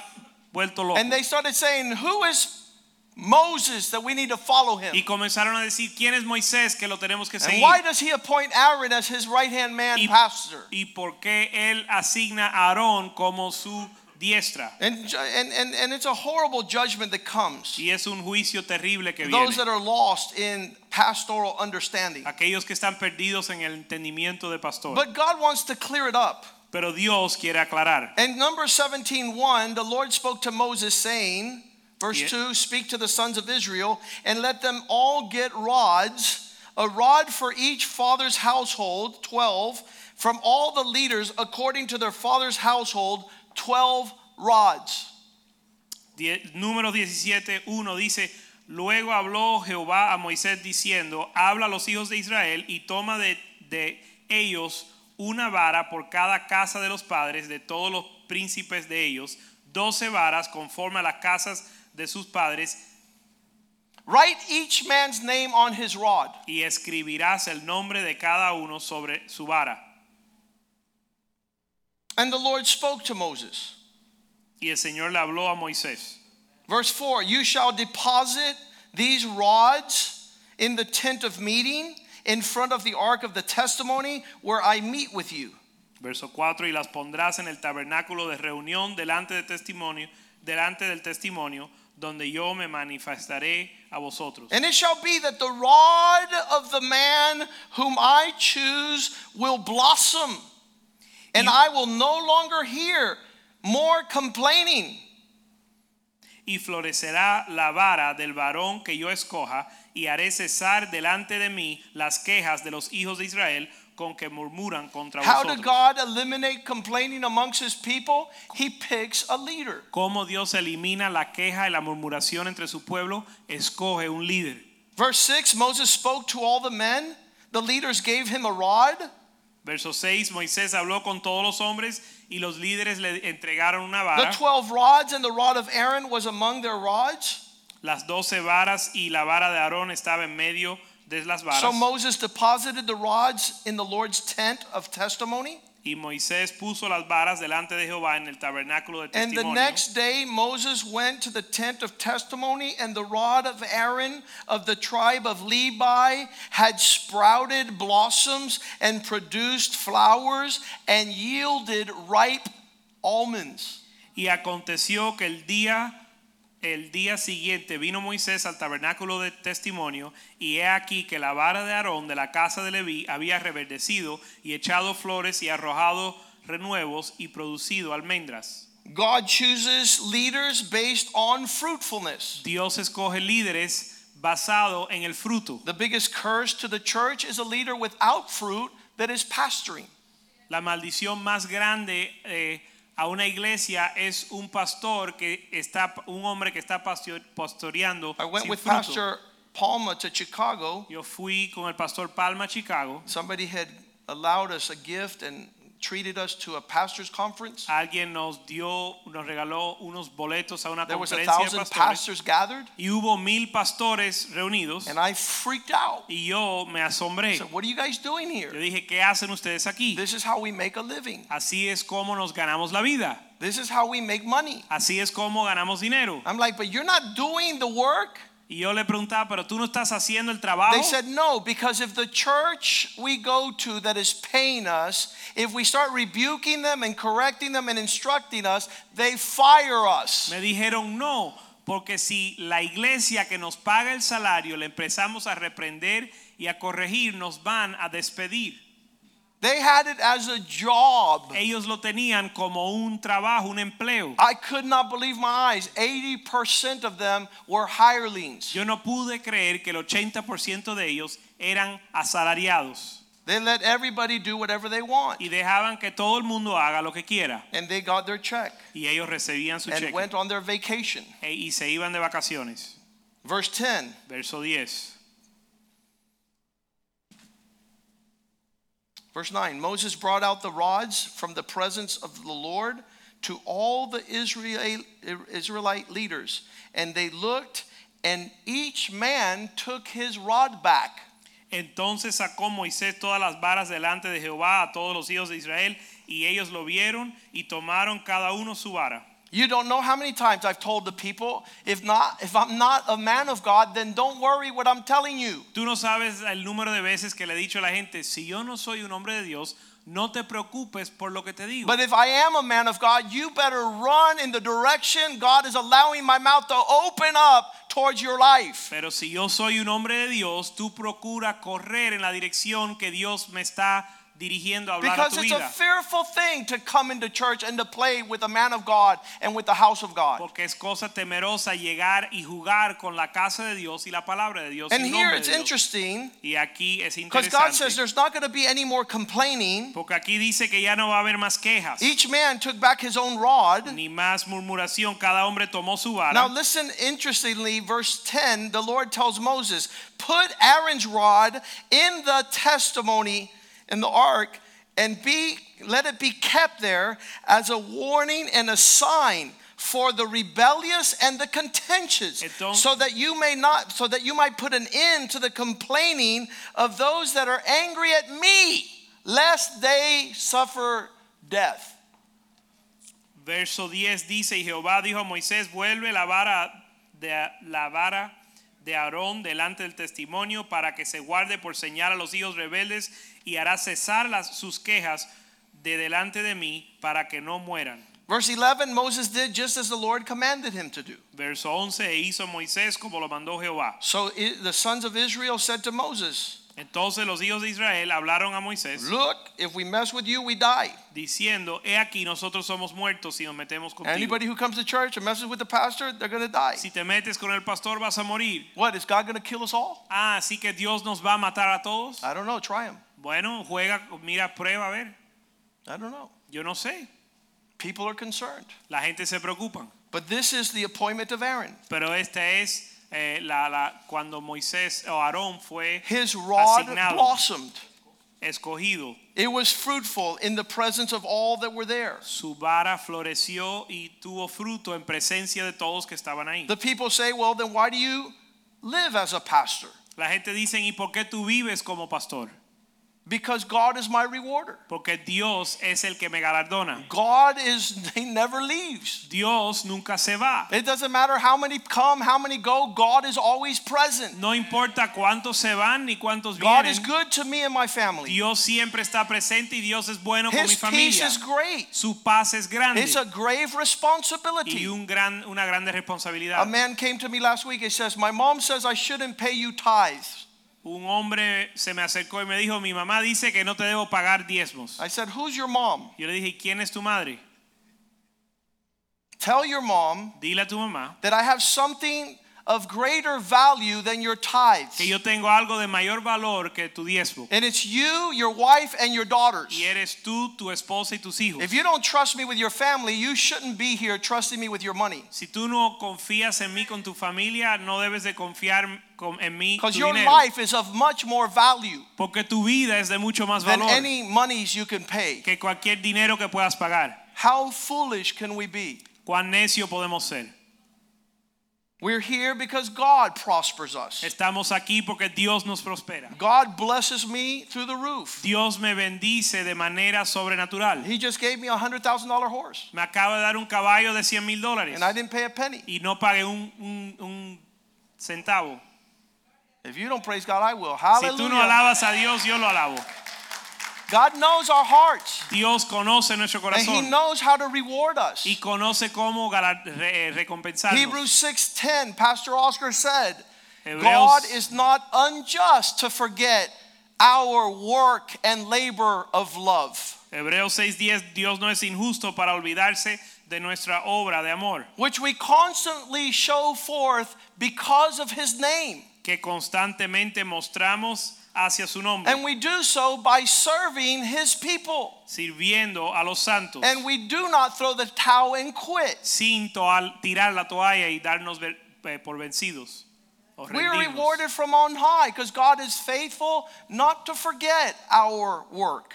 B: vuelto loco.
A: And they started saying, Who is Moses that we need to follow
B: y
A: him?
B: comenzaron a decir, ¿quién es Moisés que lo tenemos que
A: And
B: seguir?
A: why does he appoint Aaron as his right hand man
B: Y-
A: pastor?
B: ¿Y por qué él asigna a Aarón como su diestra?
A: And, ju- and, and, and it's a horrible judgment that comes.
B: Y es un juicio terrible que viene.
A: Those that are lost in pastoral understanding.
B: Aquellos que están perdidos en el entendimiento de pastor.
A: But God wants to clear it up.
B: Pero Dios quiere aclarar.
A: And number 17, 1, the Lord spoke to Moses, saying, verse
B: Yeah.
A: 2, speak to the sons of Israel, and let them all get rods, a rod for each father's household, 12, from all the leaders according to their father's household, 12 rods.
B: Die- Número 17, 1 dice, luego habló Jehová a Moisés diciendo, habla a los hijos de Israel y toma de, de ellos una vara por cada casa de los padres, de todos los príncipes de ellos, doce varas conforme a las casas de sus padres,
A: Write each man's name on his rod.
B: y escribirás el nombre de cada uno sobre su vara.
A: And the Lord spoke to Moses.
B: Y el Señor le habló a Moisés.
A: Verse 4 You shall deposit these rods in the tent of meeting in front of the ark of the testimony where I meet with you.
B: Verso 4, y las pondrás en el tabernáculo de reunión delante de testimonio, delante del testimonio, donde yo me manifestaré a vosotros.
A: And it shall be that the rod of the man whom I choose will blossom, and I will no longer hear more complaining.
B: Y florecerá la vara del varón que yo escoja, y haré cesar delante de mí las quejas de los hijos de Israel con que murmuran contra
A: How did
B: vosotros.
A: God eliminate complaining amongst his people? He picks a leader.
B: Cómo Dios elimina la queja y la murmuración entre su pueblo, escoge un líder.
A: Verse 6 Moses spoke to all the men, the leaders gave him a rod.
B: Verso 6, Moisés habló con todos los hombres y los líderes le entregaron una
A: The
B: vara.
A: 12 rods and the rod of Aaron was among their rods.
B: Las doce varas y la vara de Aarón estaba en medio de las varas.
A: So Moses deposited the rods in the Lord's tent of testimony.
B: y Moisés puso las varas delante de Jehová en el tabernáculo de
A: And the
B: testimonio.
A: next day Moses went to the tent of testimony, and the rod of Aaron of the tribe of Levi had sprouted blossoms and produced flowers and yielded ripe almonds.
B: y aconteció que el día el día siguiente vino Moisés al tabernáculo de testimonio y he aquí que la vara de Aarón de la casa de Leví había reverdecido y echado flores y arrojado renuevos y producido almendras.
A: God chooses leaders based on fruitfulness.
B: Dios escoge líderes basado en el fruto.
A: The biggest curse to the church is a leader without fruit that is pastoring.
B: La maldición más grande eh, a una iglesia es un pastor que está, un hombre que está pastio- pastoreando.
A: I went
B: sin
A: with
B: fruto.
A: Pastor Palma to Chicago.
B: Yo fui con el pastor Palma a Chicago.
A: Somebody had allowed us a gift and treated us to a pastor's conference.
B: Alguien nos dio, nos regaló unos boletos a una
A: There was a
B: conferencia de
A: thousand pastors
B: pastores
A: gathered,
B: y hubo mil pastores reunidos
A: and I freaked out.
B: y yo me
A: I
B: asombré.
A: said, What are you guys doing
B: Yo
A: here?
B: dije, ¿qué hacen ustedes aquí?
A: This is how we make a living.
B: Así es como nos ganamos la vida.
A: This is how we make money.
B: Así es como ganamos dinero.
A: I'm like, But you're not doing the work.
B: Y yo le preguntaba, pero tú no estás haciendo el trabajo.
A: They said, No, because if the church we go to that is paying us, if we start rebuking them and correcting them and instructing us, they fire us.
B: Me dijeron no, porque si la iglesia que nos paga el salario le empezamos a reprender y a corregir, nos van a despedir.
A: They had it as a job.
B: Ellos lo tenían como un trabajo, un empleo.
A: I could not believe my eyes. 80% of them were hirelings.
B: Yo no pude creer que el 80% de ellos eran asalariados
A: They let everybody do whatever they want,
B: y dejaban que todo el mundo haga lo que quiera.
A: and they got their check
B: Y ellos recibían su
A: and
B: cheque
A: went on their vacation.
B: e- y se iban de vacaciones.
A: Verse 10
B: Verso 10.
A: Verse 9 Moses brought out the rods from the presence of the Lord to all the Israel, Israelite leaders, and they looked, and each man took his rod back.
B: Entonces sacó Moisés todas las varas delante de Jehová a todos los hijos de Israel y ellos lo vieron y tomaron cada uno su vara.
A: You don't know how many times I've told the people, if not, if I'm not a man of God, then don't worry what I'm telling you.
B: Tú no sabes el número de veces que le he dicho a la gente, si yo no soy un hombre de Dios, no te preocupes por lo que te digo.
A: But if I am a man of God, you better run in the direction God is allowing my mouth to open up towards your life.
B: Pero si yo soy un hombre de Dios, tú procura correr en la dirección que Dios me está dirigiendo a hablar a
A: Because
B: tu
A: it's a
B: vida.
A: fearful thing to come into church and to play with a man of God and with the house of God.
B: Porque es cosa temerosa llegar y jugar con la casa de Dios y la palabra de Dios. y
A: And
B: el
A: here
B: nombre
A: it's
B: de Dios.
A: interesting
B: Y aquí es
A: because God says
B: interesante.
A: there's not going to be any more complaining.
B: Porque aquí dice que ya no va a haber más quejas
A: Each man took back his own rod.
B: ni más murmuración. Cada hombre tomó su
A: Now
B: vara.
A: listen interestingly verse 10 the Lord tells Moses put Aaron's rod in the testimony in the ark and be let it be kept there as a warning and a sign for the rebellious and the contentious
B: Entonces-
A: so that you may not so that you might put an end to the complaining of those that are angry at me lest they suffer death
B: Verso 10 dice, y Jehová dijo a Moisés, vuelve la vara de la vara de Aarón delante del testimonio para que se guarde por señal a los hijos rebeldes y hará cesar las, sus quejas de delante de mí para que no mueran.
A: verse 11 Moses did just as the Lord commanded him to do
B: Verso 11, e hizo Moisés como lo mandó Jehová.
A: So I- the sons of Israel said to Moses,
B: Entonces los hijos de Israel hablaron a Moisés
A: Look, if we mess with you, we die.
B: diciendo, he aquí nosotros somos muertos si nos metemos contigo.
A: Anybody who comes to church and messes with the pastor, they're going to die.
B: Si te metes con el pastor vas a morir.
A: What, is God going to kill us all?
B: Ah, así que Dios nos va a matar a todos.
A: I don't know. Try him.
B: Bueno, juega, mira, prueba a ver.
A: I don't know.
B: Yo no sé.
A: People are concerned.
B: La gente se preocupa.
A: But this is the appointment of Aaron.
B: Pero esta es eh, la, la- cuando Moisés o Aarón fue
A: His rod
B: Asignado.
A: blossomed.
B: escogido.
A: It was fruitful in the presence of all that were there.
B: Su vara floreció y tuvo fruto en presencia de todos que estaban ahí.
A: The people say, Well, then why do you live as a pastor?
B: La gente dice, ¿y por qué tú vives como pastor?
A: Because God is my rewarder.
B: Porque Dios es el que me galardona.
A: God is, [LAUGHS] He never leaves.
B: Dios nunca se va.
A: It doesn't matter how many come, how many go, God is always present.
B: No importa cuántos se van ni cuántos
A: God is
B: vienen.
A: good to me and my family.
B: Dios siempre está presente y Dios es bueno con mi
A: His peace
B: familia.
A: is great.
B: Su paz es grande
A: It's a grave
B: y
A: responsibility.
B: un gran, una grande
A: A
B: responsabilidad.
A: man came to me last week. He says, My mom says I shouldn't pay you tithes.
B: Un hombre se me acercó y me dijo, mi mamá dice que no te debo pagar diezmos.
A: I said, Who's your mom?
B: Yo le dije, "¿Y ¿quién es tu madre?
A: Tell your mom
B: Dile a tu mamá
A: that I have something of greater value than your tithes.
B: que yo tengo algo de mayor valor que tu diezmo.
A: And it's you, your wife, and your daughters.
B: Y eres tú, tu esposa y tus hijos.
A: If you don't trust me with your family, you shouldn't be here trusting me with your money.
B: Si tú no confías en mí con tu familia, no debes de confiar con- en mí tu
A: Because your
B: dinero.
A: life is of much more value.
B: Porque tu vida es de mucho más
A: than
B: valor
A: any monies you can pay.
B: que cualquier dinero que puedas pagar.
A: How foolish can we be?
B: Cuán necio podemos ser.
A: We're here because God prospers us.
B: Estamos aquí porque Dios nos prospera.
A: God blesses me through the roof.
B: Dios me bendice de manera sobrenatural.
A: He just gave me a hundred thousand dollar horse,
B: Me acaba de dar un caballo de 100 mil dólares
A: and I didn't pay a penny.
B: y no pagué un, un- un centavo.
A: If you don't praise God, I will.
B: Si tú no
A: Hallelujah.
B: alabas a Dios, yo lo alabo.
A: God knows our hearts,
B: Dios conoce nuestro
A: and He
B: corazón
A: knows how to reward us.
B: y conoce cómo gala- re- eh, recompensarnos.
A: Hebrews 6:10, Pastor Oscar said, God
B: Hebreos
A: is not unjust to forget our work and labor of love,
B: Hebreos 6:10, Dios no es injusto para olvidarse de nuestra obra de amor,
A: which we constantly show forth because of his name.
B: que constantemente mostramos hacia su
A: And
B: nombre,
A: we do so by serving his people.
B: sirviendo a los santos,
A: And we do not throw the towel and quit.
B: sin toal- tirar la toalla y darnos ver- eh, por vencidos. o
A: We're
B: rendirnos.
A: rewarded from on high because God is faithful not to forget our work.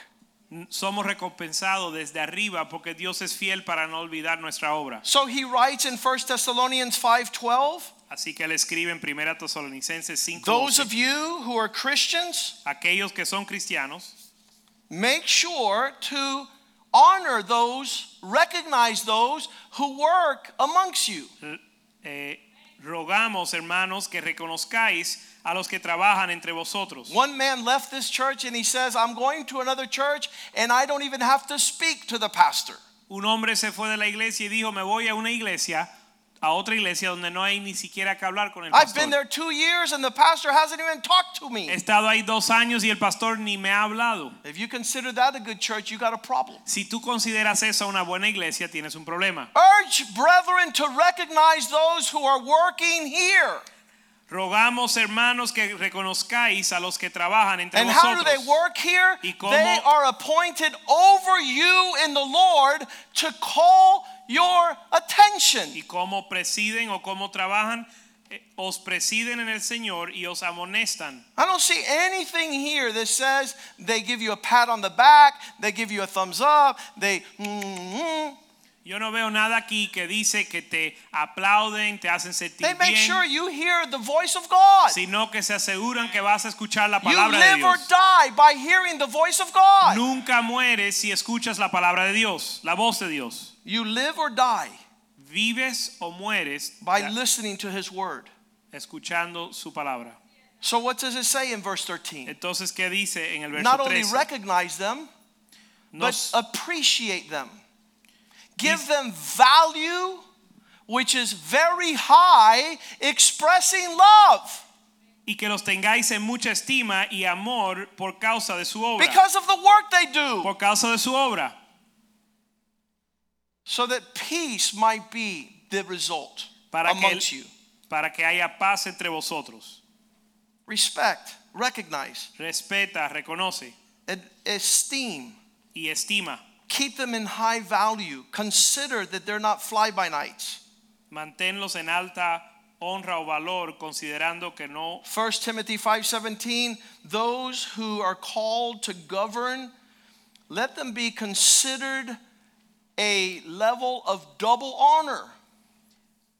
B: Somos recompensados desde arriba porque Dios es fiel para no olvidar nuestra obra.
A: So he writes in 1 Thessalonians 5:12,
B: Así que él escribe en 1 Tesalonicenses 5,
A: those of you who are Christians
B: aquellos que son cristianos,
A: make sure to honor those, recognize those who work amongst you.
B: eh, rogamos hermanos que reconozcáis a los que trabajan entre vosotros.
A: One man left this church and he says, I'm going to another church and I don't even have to speak to the pastor.
B: Un hombre se fue de la iglesia y dijo, me voy a una iglesia, a otra iglesia donde no hay ni siquiera que hablar con el
A: I've been
B: pastor.
A: there two years and the pastor hasn't even talked to
B: He
A: me.
B: estado ahí dos años y el pastor ni me ha hablado.
A: If you consider that a good church, you got a problem.
B: Si tú consideras eso una buena iglesia, tienes un problema.
A: Urge brethren to recognize those who are working here.
B: Rogamos, hermanos, que reconozcáis a los que trabajan entre
A: And how do
B: vosotros.
A: they work here?
B: ¿Y cómo?
A: They are appointed over you in the Lord to call your attention.
B: y cómo presiden o cómo trabajan, eh, os presiden en el Señor y os amonestan.
A: I don't see anything here that says they give you a pat on the back, they give you a thumbs up, they. mm, mm.
B: Yo no veo nada aquí que dice que te aplauden, te hacen sentir
A: They make
B: bien,
A: sure you hear the voice of God.
B: sino que se aseguran que vas a escuchar la
A: You
B: palabra de
A: live or
B: Dios.
A: die by hearing the voice of God.
B: Nunca mueres si escuchas la palabra de Dios, la voz de Dios.
A: You live or die
B: Vives o mueres
A: by
B: ya-
A: listening to His word.
B: escuchando su palabra.
A: So, what does it say in verse 13?
B: Entonces, ¿qué dice en el verso
A: Not only
B: 13?
A: recognize them, but
B: Nos-
A: appreciate them. Give them value, which is very high, expressing love
B: y que los tengáis en mucha estima y amor por causa de su obra.
A: because of the work they do,
B: por causa de su obra.
A: so that peace might be the result
B: Para que el-
A: amongst you.
B: para que haya paz entre vosotros.
A: Respect, recognize,
B: Respeta, reconoce
A: and esteem.
B: y estima.
A: Keep them in high value. Consider that they're not fly by nights.
B: Manténlos en alta honra o valor, considerando que no
A: 1 Timothy 5:17 those who are called to govern let them be considered a level of double honor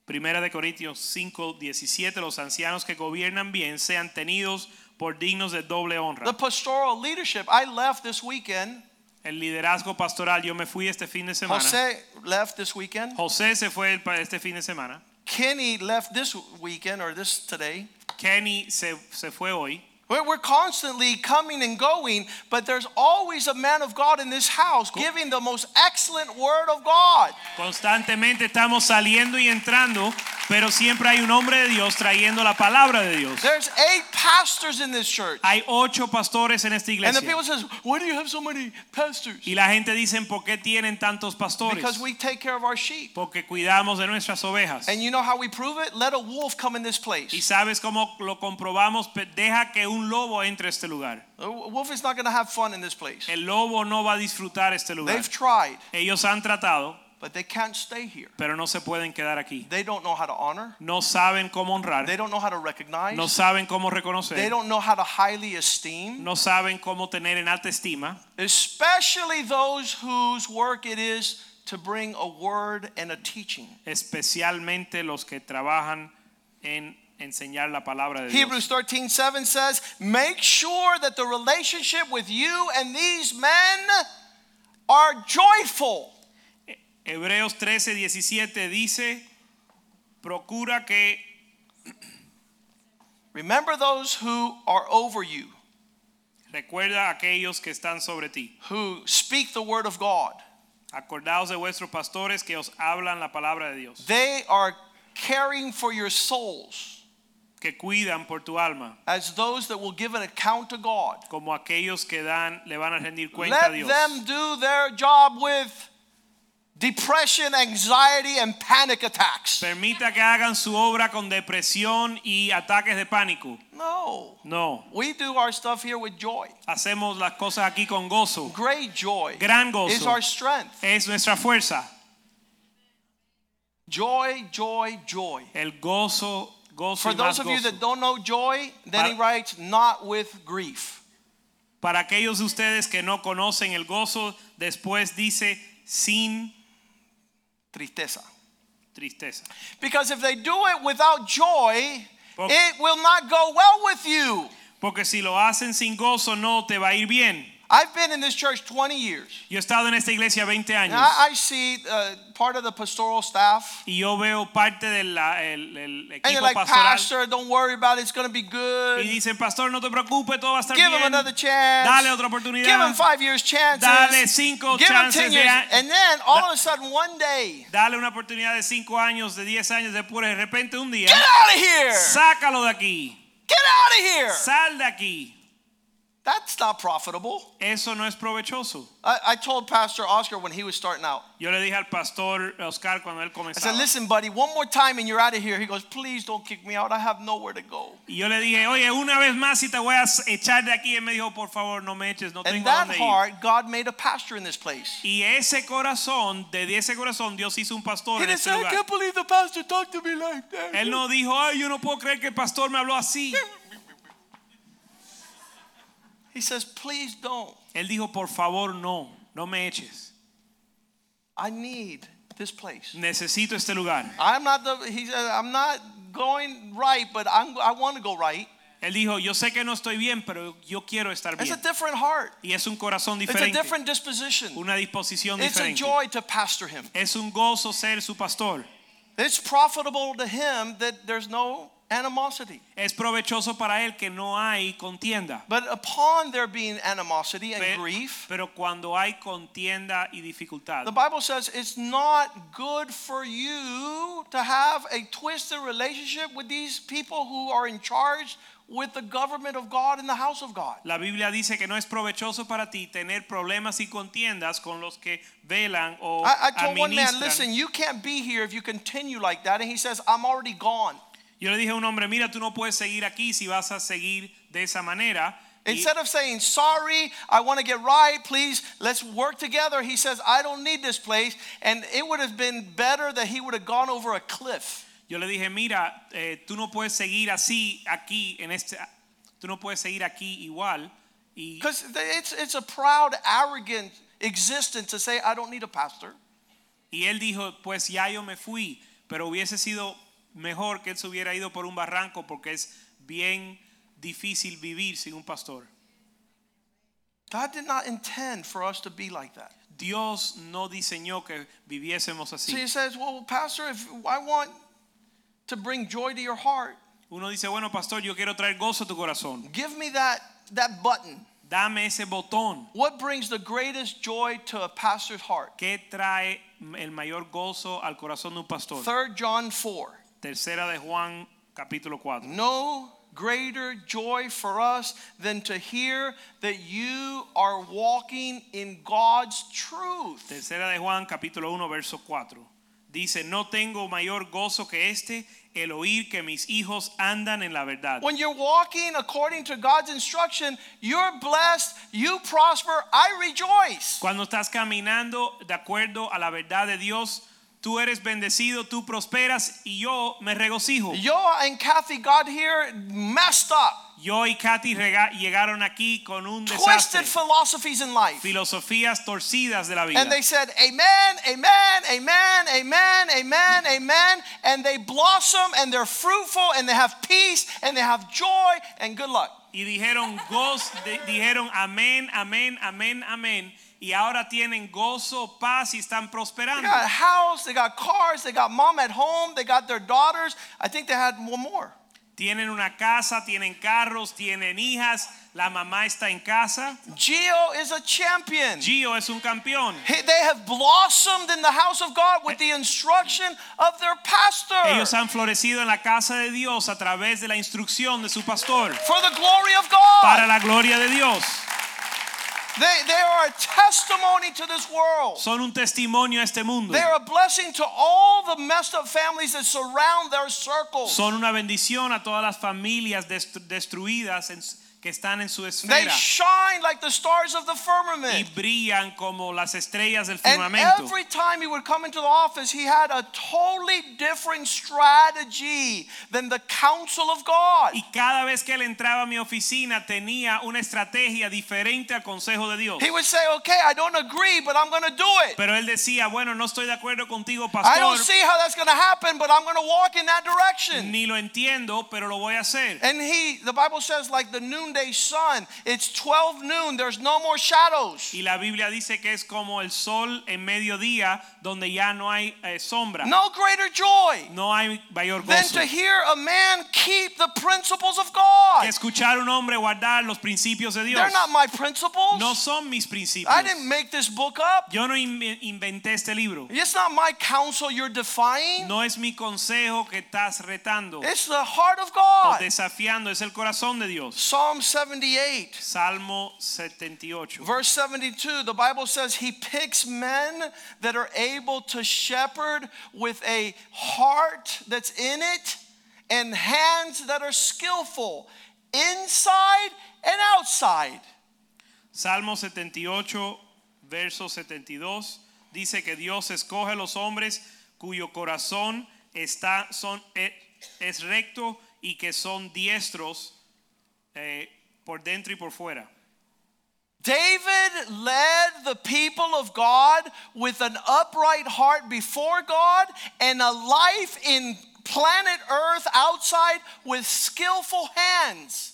B: Primera de Corintios 5, 17, los ancianos que gobiernan bien sean tenidos por dignos de doble
A: the
B: honra.
A: pastoral leadership I left this weekend
B: El liderazgo pastoral, yo me fui este fin de semana.
A: Jose left this weekend
B: José se fue el pa- este fin de semana.
A: Kenny left this weekend or this today
B: Kenny se, se fue hoy.
A: we're we're constantly coming and going, but there's always a man of God in this house giving the most excellent word of God.
B: Constantemente estamos saliendo y entrando, pero siempre hay un hombre de Dios trayendo la palabra de Dios.
A: There's eight pastors in this church.
B: Hay ocho pastores en esta
A: And the
B: iglesia.
A: people says, why do you have so many pastors?
B: Y la gente dice, ¿por qué tienen tantos pastores?
A: Because we take care of our sheep.
B: Porque cuidamos de nuestras ovejas.
A: And you know how we prove it? Let a wolf come in this
B: Y
A: place.
B: sabes cómo lo comprobamos, Pe- deja que un lobo entre a este lugar.
A: A wolf is not going to have fun in this place.
B: El lobo no va a disfrutar este lugar.
A: They've tried,
B: Ellos han tratado,
A: but they can't stay here.
B: pero no se pueden quedar aquí.
A: They don't know how to honor.
B: No saben cómo
A: They
B: honrar,
A: don't know how to
B: no
A: recognize.
B: saben cómo
A: They
B: reconocer,
A: don't know how to highly esteem,
B: no saben cómo tener en alta estima,
A: especially those whose work it is to bring a word and a teaching.
B: especialmente los que trabajan en enseñar la palabra de Dios.
A: Hebrews 13 7 says, Make sure that the relationship with you and these men are joyful.
B: E-, Hebreos 13, 17 dice, procura que
A: Remember those who are over you,
B: Recuerda a aquellos que están sobre ti.
A: who speak the word of God.
B: Acordaos de vuestros pastores que os hablan la palabra de Dios,
A: They are caring for your souls
B: que cuidan por tu alma,
A: as those that will give an account to God.
B: como aquellos que dan le van a rendir cuenta a
A: Let
B: Dios.
A: them do their job with depression, anxiety, and panic attacks.
B: Permita que hagan su obra con depresión y ataques de pánico.
A: No.
B: No,
A: We do our stuff here with joy.
B: hacemos las cosas aquí con gozo.
A: Great joy
B: Gran
A: is our
B: gozo
A: strength.
B: es nuestra fuerza.
A: Joy, joy, joy.
B: El gozo, gozo
A: For
B: y más
A: those of you
B: gozo.
A: that don't know joy, then he
B: Para-
A: writes, not with grief.
B: Para aquellos de ustedes que no conocen el gozo, después dice sin
A: Tristeza.
B: tristeza.
A: Because if they do it without joy,
B: Por-
A: it will not go well with you.
B: Porque si lo hacen sin gozo no te va a ir bien.
A: I've been in this church 20 years.
B: Yo he estado en esta iglesia 20
A: And
B: años
A: I, I see uh, part of the pastoral staff.
B: y yo veo parte del el, el
A: And they're
B: equipo
A: like,
B: pastoral
A: Pastor, don't worry about it. It's going to be
B: y
A: good.
B: dicen, pastor, no te preocupes, todo va a estar
A: Give
B: bien.
A: them another chance.
B: Dale otra oportunidad.
A: Give them five years chances.
B: Dale cinco
A: Give them
B: chances
A: ten
B: de
A: years.
B: a-
A: And then all of a sudden, one day,
B: Dale una oportunidad de 5 años, de 10 años, después de repente un día,
A: get out of here.
B: sácalo de aquí,
A: Get out of here.
B: sal de aquí.
A: That's not profitable.
B: Eso no es provechoso.
A: I, I told Pastor Oscar when he was starting out.
B: Yo le dije al pastor Oscar cuando él
A: I said,
B: comenzaba.
A: listen, buddy, one more time and you're out of here. He goes, please don't kick me out. I have nowhere to go.
B: Y yo le dije, oye, una vez más si te voy a echar de aquí. Y él me dijo, por favor, no me eches, no
A: And
B: tengo
A: that
B: dónde ir.
A: heart, God made a pastor in this place.
B: Y ese corazón, de ese corazón, Dios hizo un pastor
A: He
B: en
A: didn't
B: ese
A: say, I
B: lugar.
A: can't believe the pastor talked to me like that.
B: Él no dijo, ay, yo no puedo creer que el pastor me habló así.
A: He says, please don't.
B: Él dijo, por favor, no, no me eches.
A: I need this place.
B: Necesito este lugar.
A: I'm not the, he said, I'm not going right, but I'm, I want to go right.
B: Él dijo, yo sé que no estoy bien, pero yo quiero estar
A: It's a
B: bien.
A: different heart.
B: Y es un corazón
A: It's a
B: diferente,
A: different disposition.
B: una disposición
A: It's a
B: diferente.
A: joy to pastor him.
B: Es un gozo ser su pastor.
A: It's profitable to him that there's no animosity.
B: Es provechoso para él que no hay contienda.
A: But upon there being animosity and
B: Pe-
A: grief,
B: Pero cuando hay contienda y dificultad,
A: the Bible says it's not good for you to have a twisted relationship with these people who are in charge with the government of God and the house of God.
B: la Biblia dice que no es provechoso para ti tener problemas y contiendas con los que velan o
A: I, I told one man,
B: administran.
A: listen, you can't be here if you continue like that. And he says, I'm already gone.
B: Yo le dije a un hombre, mira, tú no puedes seguir aquí si vas a seguir de esa manera. Y
A: Instead of saying, sorry, I want to get right, please, let's work together, he says, I don't need this place. And it would have been better that he would have gone over a cliff.
B: yo le dije, mira, eh, tú no puedes seguir así aquí en este, tú no puedes seguir aquí igual. Y
A: Because it's, it's a proud, arrogant existence to say, I don't need a pastor.
B: Y él dijo, pues ya yo me fui, pero hubiese sido mejor que él se hubiera ido por un barranco porque es bien difícil vivir sin un pastor.
A: God did not intend for us to be like that.
B: Dios no diseñó que viviésemos
A: So
B: así.
A: he says, well, pastor, if I want to bring joy to your heart,
B: Uno dice, bueno, pastor, yo quiero traer gozo a tu corazón.
A: give me that, that button.
B: Dame ese botón.
A: What brings the greatest joy to a pastor's heart?
B: ¿Qué trae el mayor gozo al corazón de un pastor?
A: 3 John 4.
B: Tercera de Juan, capítulo 4.
A: No greater joy for us than to hear that you are walking in God's truth.
B: Tercera de Juan, capítulo 1, verso 4. Dice, no tengo mayor gozo que este, el oír que mis hijos andan en la verdad.
A: When you're walking according to God's instruction, you're blessed, you prosper, I rejoice.
B: Cuando estás caminando de acuerdo a la verdad de Dios, tú eres bendecido, tú prosperas y yo me regocijo.
A: Yo and Kathy got here messed up,
B: Yo y Katy rega- llegaron aquí con un desastre,
A: twisted philosophies in life.
B: filosofías torcidas de la vida.
A: And they said, Amen, Amen, Amen, Amen, Amen, Amen. And they blossom and they're fruitful and they have peace and they have joy and good luck.
B: y dijeron goz- de- dijeron amén, amén, amén, amén. Y ahora tienen gozo, paz y están
A: They
B: prosperando.
A: got a house, they got cars, they got mom at home, they got their daughters. I think they had one more.
B: Tienen una casa, tienen carros, tienen hijas, la mamá está en casa.
A: Gio is a champion.
B: Gio es un campeón.
A: He- they have blossomed in the house of God with the instruction of their
B: Ellos
A: pastor
B: han florecido en la casa de Dios a través de la instrucción de su pastor
A: for the glory of
B: para
A: God.
B: la gloria de Dios.
A: They, they are a testimony to this world.
B: Son un testimonio a este mundo.
A: They are a blessing to all the messed up families that surround their circles.
B: Son una bendición a todas las familias destru- destruidas en s- que están en su
A: They
B: esfera
A: shine like the stars of the
B: y
A: firmament.
B: brillan como las estrellas del
A: And
B: firmamento.
A: every time he would come into the office, he had a totally different strategy than the counsel of God.
B: Y cada vez que él entraba a mi oficina tenía una estrategia diferente al consejo de Dios.
A: He would say, Okay, I don't agree, but I'm going to do it.
B: Pero él decía, bueno, no estoy de acuerdo contigo,
A: I don't
B: pastor,
A: see how that's going to happen, but I'm going to walk in that direction.
B: ni lo entiendo, pero lo voy a hacer.
A: And he, the Bible says, like the noonday sun, it's 12 noon, there's no more shadows.
B: Y la Biblia dice que es como el sol en mediodía donde ya no hay eh, sombra.
A: No greater joy
B: No hay mayor
A: than
B: gozo.
A: to
B: Que
A: hear a man keep the principles of God.
B: escuchar a un hombre guardar los principios de Dios.
A: They're not my
B: No
A: principles.
B: son mis
A: I
B: principios.
A: didn't make this book up.
B: Yo no inve- inventé este libro.
A: It's not my counsel you're defying.
B: No es mi consejo que estás retando o
A: It's the heart of God.
B: desafiando, es el corazón de Dios.
A: Psalm 78.
B: Salmo 78.
A: Verse 72, the Bible says he picks men that are able to shepherd with a heart that's in it and hands that are skillful inside and outside.
B: Salmo 78, verso 72 dice que Dios escoge a los hombres cuyo corazón está son e- es recto y que son diestros eh, por dentro y por fuera.
A: David led the people of God with an upright heart before God and a life in planet earth outside with skillful hands.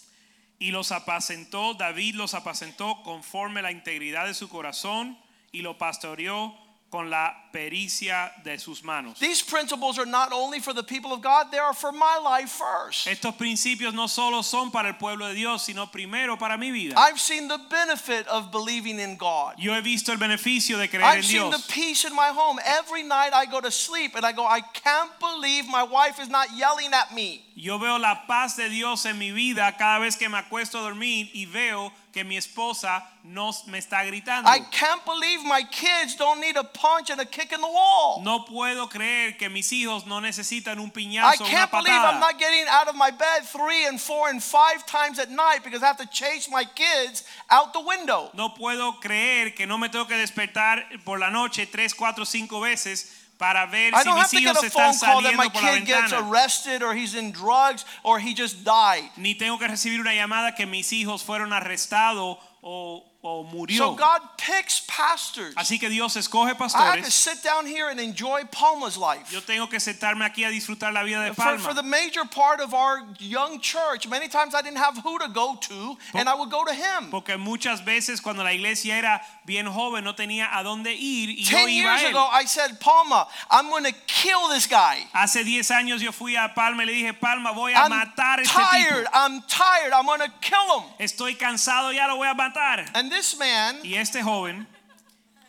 B: Y los apacentó, David los apacentó conforme la integridad de su corazón y lo pastoreó con la pericia de sus manos.
A: These principles are not only for the people of God, they are for my life first.
B: Estos principios no solo son para el pueblo de Dios, sino primero para mi vida.
A: I've seen the benefit of believing in God.
B: Yo he visto el beneficio de creer
A: I've
B: en
A: seen the
B: Dios.
A: peace in my home. Every night I go to sleep and I go, I can't believe my wife is not yelling at me.
B: Yo veo la paz de Dios en mi vida cada vez que me acuesto a dormir y veo que mi esposa no me está gritando.
A: I can't believe my kids don't need a punch and a kick in the wall.
B: No puedo creer que mis hijos no necesitan un
A: I
B: piñazo o una
A: can't believe I'm
B: patada.
A: not getting out of my bed three and four and five times at night because I have to chase my kids out the window.
B: No puedo creer que no me tengo que despertar por la noche tres, cuatro, cinco veces para ver
A: I
B: si
A: don't have
B: mis
A: to get
B: hijos
A: a phone
B: están
A: call that my
B: saliendo por la
A: kid gets
B: ventana.
A: arrested or he's in drugs or he just died.
B: Ni tengo que recibir una llamada que mis hijos fueron arrestados o, o
A: So
B: murió.
A: God picks pastors.
B: Así que Dios escoge
A: I have to
B: pastores.
A: sit down here and enjoy Palma's life.
B: Yo tengo que sentarme aquí a disfrutar la vida de
A: For, for
B: Palma.
A: the major part of our young church, many times I didn't have who to go to, and I would go to him.
B: Porque muchas veces cuando la iglesia era bien joven no tenía a dónde ir y yo
A: Ten
B: iba a
A: years
B: él.
A: ago, I said, Palma, I'm going to kill this guy.
B: Hace 10 años yo fui a Palma y le dije, Palma, voy a
A: I'm
B: matar a este
A: tired.
B: tipo.
A: I'm tired. I'm going to kill him.
B: Estoy cansado, ya lo voy a matar.
A: And this man
B: Y este joven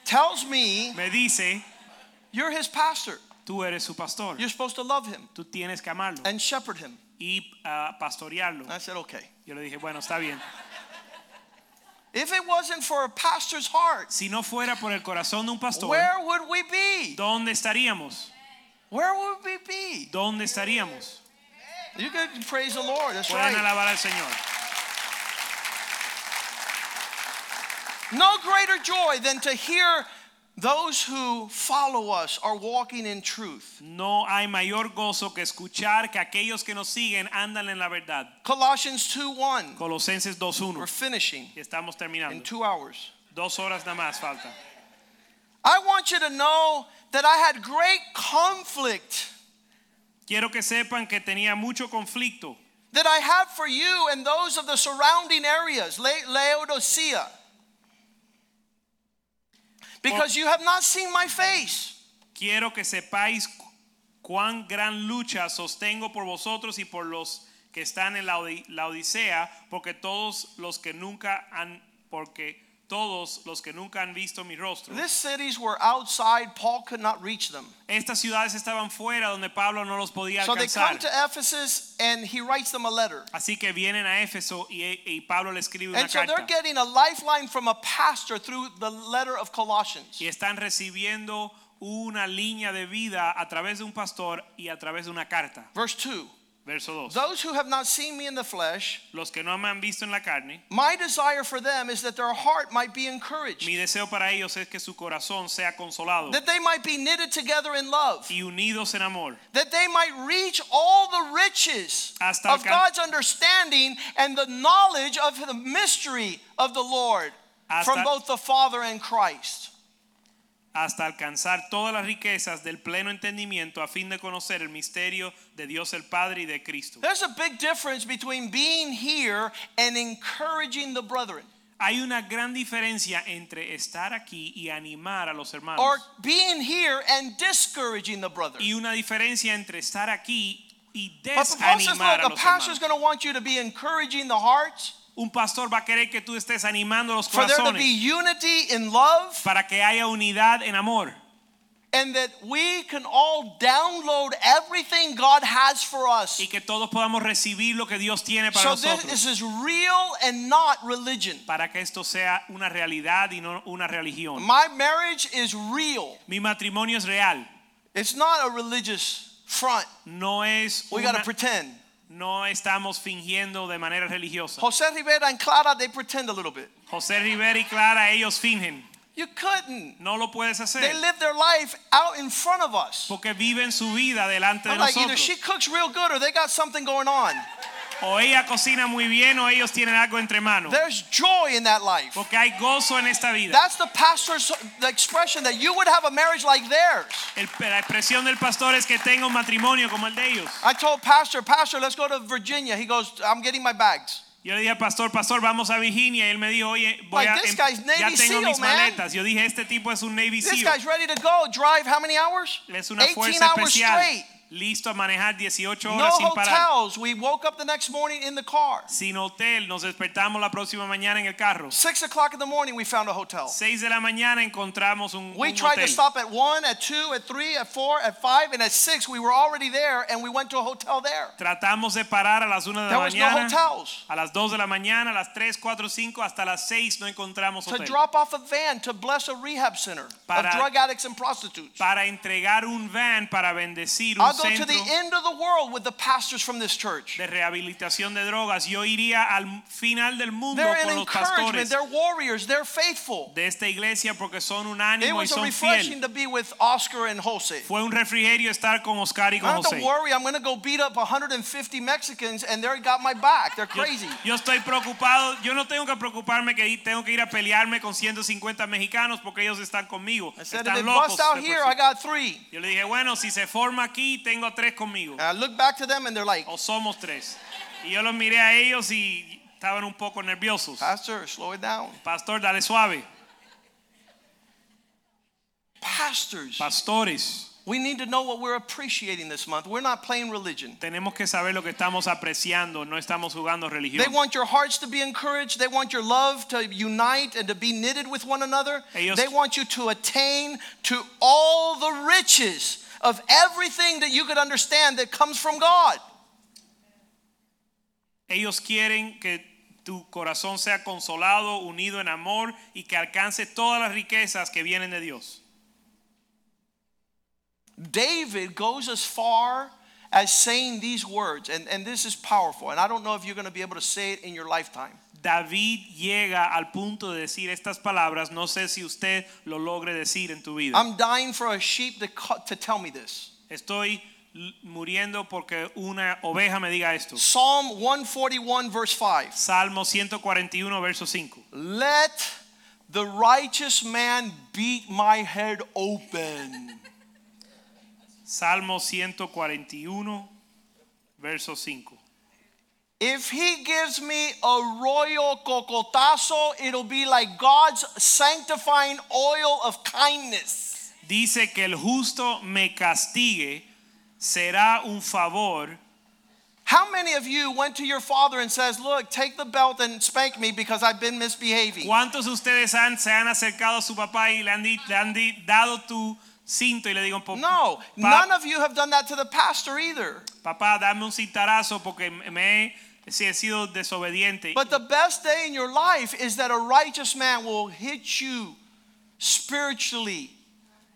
A: tells me,
B: me dice,
A: You're his pastor.
B: tú eres su pastor.
A: You're supposed to love him
B: Tú tienes que amarlo
A: and shepherd him.
B: y ah, pastorearlo.
A: I said, Okay.
B: Yo le dije, bueno, está bien.
A: If it wasn't for a pastor's heart,
B: Si no fuera por el corazón de un pastor,
A: where would we be?
B: ¿dónde estaríamos?
A: Where would we be?
B: ¿Dónde estaríamos?
A: You could praise the Lord. That's right.
B: Pueden alabar al Señor.
A: No greater joy than to hear those who follow us are walking in truth.
B: No hay mayor gozo que escuchar que aquellos que nos siguen andan en la verdad.
A: Colossians 2 1.
B: Colosenses
A: We're
B: 2.1.
A: finishing
B: Y estamos
A: in
B: terminando.
A: two hours.
B: Dos horas nada más falta.
A: I want you to know that I had great conflict
B: Quiero que sepan que tenía mucho conflicto
A: that I had for you and those of the surrounding areas, La- Laodicea. Because you have not seen my face.
B: Quiero que sepáis cu- cuán gran lucha sostengo por vosotros y por los que están en la, Odi- la Odisea, porque todos los que nunca han, porque todos los que nunca han visto mi rostro.
A: These cities were outside, Paul could not reach them.
B: Estas ciudades estaban fuera donde Pablo no los podía
A: So they come
B: alcanzar.
A: to Ephesus and he writes them a letter.
B: Así que vienen a Éfeso y, e, y Pablo le escribe una
A: And so they're
B: carta.
A: getting a lifeline from a pastor through the letter of Colossians.
B: Y están recibiendo una línea de vida a través de un pastor y a través de una carta.
A: Verse 2
B: Verso 2.
A: Those who have not seen me in the flesh,
B: Los que no me han visto en la carne,
A: my desire for them is that their heart might be encouraged,
B: mi deseo para ellos es que su corazón sea consolado
A: that they might be knitted together in love,
B: y unidos en amor,
A: that they might reach all the riches
B: Hasta
A: of
B: alcan-
A: God's understanding and the knowledge of the mystery of the Lord from
B: Hasta-
A: both the Father and Christ.
B: hasta alcanzar todas las riquezas del pleno entendimiento a fin de conocer el misterio de Dios el Padre y de Cristo.
A: There's a big difference between being here and encouraging the brethren.
B: Hay una gran diferencia entre estar aquí y animar a los hermanos.
A: or being here and discouraging the brother.
B: y una diferencia entre estar aquí y
A: But the Paul says,
B: desanimar
A: look,
B: a
A: a
B: los
A: pastor's
B: hermanos.
A: going to want you to be encouraging the hearts
B: Un pastor va a querer que tú estés animando los
A: for there to be
B: corazones
A: unity in love,
B: para que haya unidad en amor
A: and that we can all download everything God has for us.
B: y que todos podamos recibir lo que Dios tiene para
A: So this,
B: nosotros
A: this is real and not religion.
B: para que esto sea una realidad y no una religión.
A: My marriage is real.
B: Mi matrimonio es real,
A: It's not a religious front.
B: no es
A: We
B: una-
A: got to pretend.
B: no estamos fingiendo de manera religiosa.
A: Jose Rivera and Clara, they pretend a little bit.
B: José Rivera y Clara ellos fingen,
A: You couldn't.
B: no lo puedes hacer
A: They live their life out in front of us.
B: porque viven su vida delante de
A: I'm like, either
B: nosotros.
A: she cooks real good or they got something going on.
B: O ella cocina muy bien o ellos tienen algo entre manos.
A: There's joy in that life.
B: Porque hay gozo en esta vida.
A: That's the pastor's the expression that you would have a marriage like theirs.
B: El- la expresión del pastor es que tenga un matrimonio como el de ellos.
A: I told Pastor, Pastor, let's go to Virginia. He goes, I'm getting my bags.
B: Yo le dije al pastor, pastor, vamos a Virginia. Y él me dijo, oye, voy
A: Like,
B: a,
A: this
B: em-
A: guy's
B: ya
A: Navy
B: tengo
A: SEAL,
B: mis
A: man.
B: maletas. Yo dije, este tipo es un Navy
A: This
B: SEAL.
A: guy's ready to go. Drive how many hours?
B: Es una
A: 18
B: fuerza
A: hours
B: especial.
A: straight.
B: Listo a manejar 18
A: No
B: horas sin parar.
A: hotels. We woke up the next morning in the car.
B: Sin hotel, nos despertamos la próxima mañana en el carro.
A: Six o'clock in the morning, we found a hotel.
B: 6 de la mañana encontramos un,
A: We
B: un
A: tried to
B: hotel.
A: stop at one, at two, at three, at four, at five, and at six. We were already there, and we went to a hotel there.
B: Tratamos de parar a las 1 de la
A: There was no
B: mañana.
A: hotels.
B: A las 2 de la mañana, a las 3, 4, 5, hasta las 6 no encontramos
A: to
B: hotel.
A: drop off a van to bless a rehab center
B: Para-
A: of drug addicts and prostitutes.
B: Para entregar un van para bendecir un
A: I'll go to
B: centro
A: the end of the world with the pastors from this church.
B: de rehabilitación de drogas. Yo iría al final del mundo
A: They're
B: con
A: an
B: los
A: encouragement,
B: pastores
A: they're warriors, they're faithful.
B: de esta iglesia porque son un
A: It
B: ánimo y
A: was a
B: son
A: refreshing
B: fiel.
A: to be with Oscar and Jose.
B: Fue un refrigerio estar con Oscar y
A: I
B: con
A: don't have
B: José.
A: to worry, I'm going to go beat up 150 Mexicans and they got my back. They're
B: Yo,
A: crazy.
B: yo estoy preocupado, yo no tengo que preocuparme que tengo que ir a pelearme con 150 mexicanos porque ellos están conmigo.
A: I said, if they
B: Están locos.
A: bust out
B: de por
A: here,
B: sí.
A: I got three.
B: Yo le dije, bueno, si se forma aquí, tengo a tres conmigo.
A: And I look back to them and they're like,
B: O somos tres. Y yo los miré a ellos y estaban un poco nerviosos.
A: Pastor, slow it down.
B: Pastor, dale suave.
A: Pastors,
B: Pastores,
A: we need to know what we're appreciating this month. We're not playing religion.
B: tenemos que saber lo que estamos apreciando, no estamos jugando religión.
A: They want your hearts to be encouraged. They want your love to unite and to be knitted with one another.
B: Ellos-
A: They want you to attain to all the riches of everything that you could understand that comes from God.
B: Ellos quieren que tu corazón sea consolado, unido en amor y que alcance todas las riquezas que vienen de Dios.
A: David goes as far as saying these words, and, and this is powerful. And I don't know if you're going to be able to say it in your lifetime.
B: David llega al punto de decir estas palabras, no sé si usted lo logre decir en tu vida.
A: I'm dying for a sheep to, cut, to tell me this.
B: Estoy l- muriendo porque una oveja me diga esto.
A: Psalm 141, verse 5.
B: Salmo 141, verso 5.
A: Let the righteous man beat my head open.
B: Salmo 141, verso 5.
A: If he gives me a royal cocotazo, it'll be like God's sanctifying oil of kindness.
B: Dice que el justo me castigue será un favor
A: How many of you went to your father and says, "Look, take the belt and spank me because I've been misbehaving"?
B: ¿Cuántos de ustedes han, se han acercado a su papá y le han, di- le han di- dado tu cinto y le digo, "Pa-
A: No,
B: pa-
A: none of you have done that to the pastor either.
B: papá, dame un cintarazo porque me he, sí he sido desobediente?
A: But the best day in your life is that a righteous man will hit you spiritually.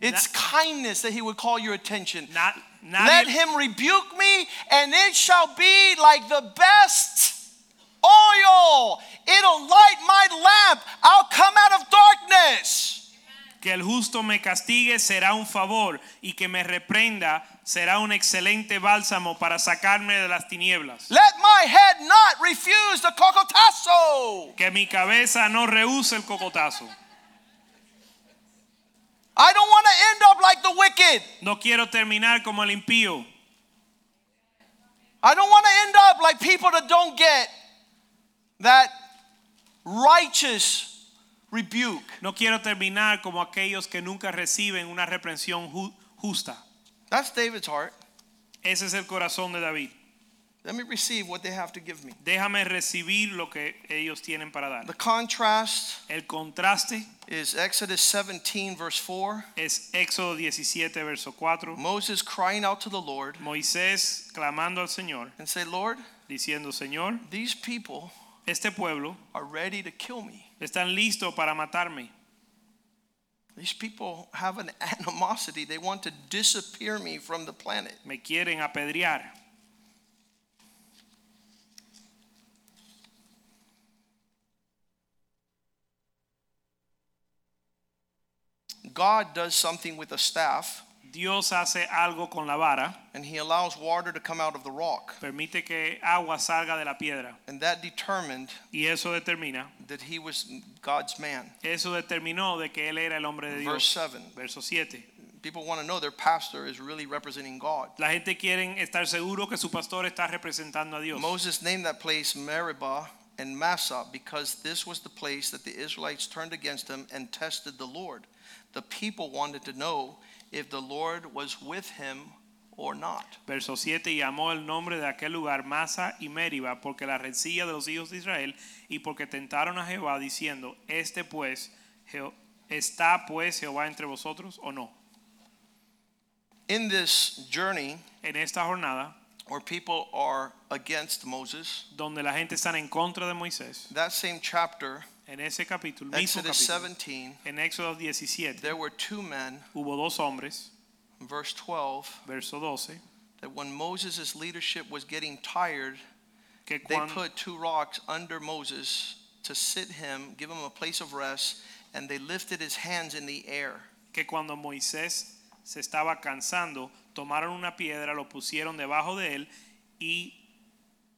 A: It's kindness that he would call your attention.
B: Na-
A: Let
B: nadie-
A: him rebuke me, and it shall be like the best oil. It'll light my lamp. I'll come out of darkness.
B: que el justo me castigue será un favor y que me reprenda será un excelente bálsamo para sacarme de las tinieblas.
A: Let my head not refuse the cocotasso.
B: Que mi cabeza no rehúse el cocotazo.
A: I don't want to end up like the wicked.
B: No quiero terminar como el impío.
A: I don't want to end up like people that don't get that righteous rebuke.
B: No quiero terminar como aquellos que nunca reciben una reprensión ju- justa.
A: That's David's heart.
B: Ese es el corazón de David.
A: Let me receive what they have to give me.
B: Déjame recibir lo que ellos tienen para
A: The
B: dar.
A: contrast
B: El contraste
A: is Exodus 17, verse 4.
B: es Éxodo 17, verso 4.
A: Moses crying out to the Lord
B: Moisés clamando al Señor,
A: and say, Lord,
B: diciendo, Señor,
A: these people
B: este pueblo
A: are ready to kill me.
B: están listos para matarme.
A: These people have an [LAUGHS] animosity. They want to disappear me from the planet.
B: Me quieren apedrear.
A: God does something with a staff
B: Dios hace algo con la vara,
A: and he allows water to come out of the rock.
B: permite que agua salga de la piedra.
A: And that determined
B: Y eso determina,
A: that he was God's man.
B: eso determinó de que él era el hombre de
A: Verse
B: Dios.
A: 7.
B: Verso 7.
A: People want to know their pastor is really representing God.
B: La gente quiere estar seguro que su pastor está representando a Dios.
A: Moses named that place Meribah and Massa because this was the place that the Israelites turned against him and tested the Lord. The people wanted to know if the Lord was with him or not.
B: Verso 7, y llamó el nombre de aquel lugar Masa y Meriba, porque la rencilla de los hijos de Israel, y porque tentaron a Jehová, diciendo, este pues, Jeho- ¿está pues Jehová entre vosotros o no?
A: In this journey
B: En esta jornada,
A: where people are against Moses,
B: donde la gente está en contra de Moisés,
A: that same chapter,
B: en ese capítulo, mismo
A: Exodus
B: capítulo
A: 17,
B: en Éxodo 17,
A: there were two men,
B: hubo dos hombres,
A: verse 12.
B: verso 12,
A: that when Moses' leadership was getting tired,
B: que
A: they
B: cuando...
A: put two rocks under Moses to sit him, give him a place of rest, and they lifted his hands in the air.
B: que cuando Moisés se estaba cansando, tomaron una piedra, lo pusieron debajo de él y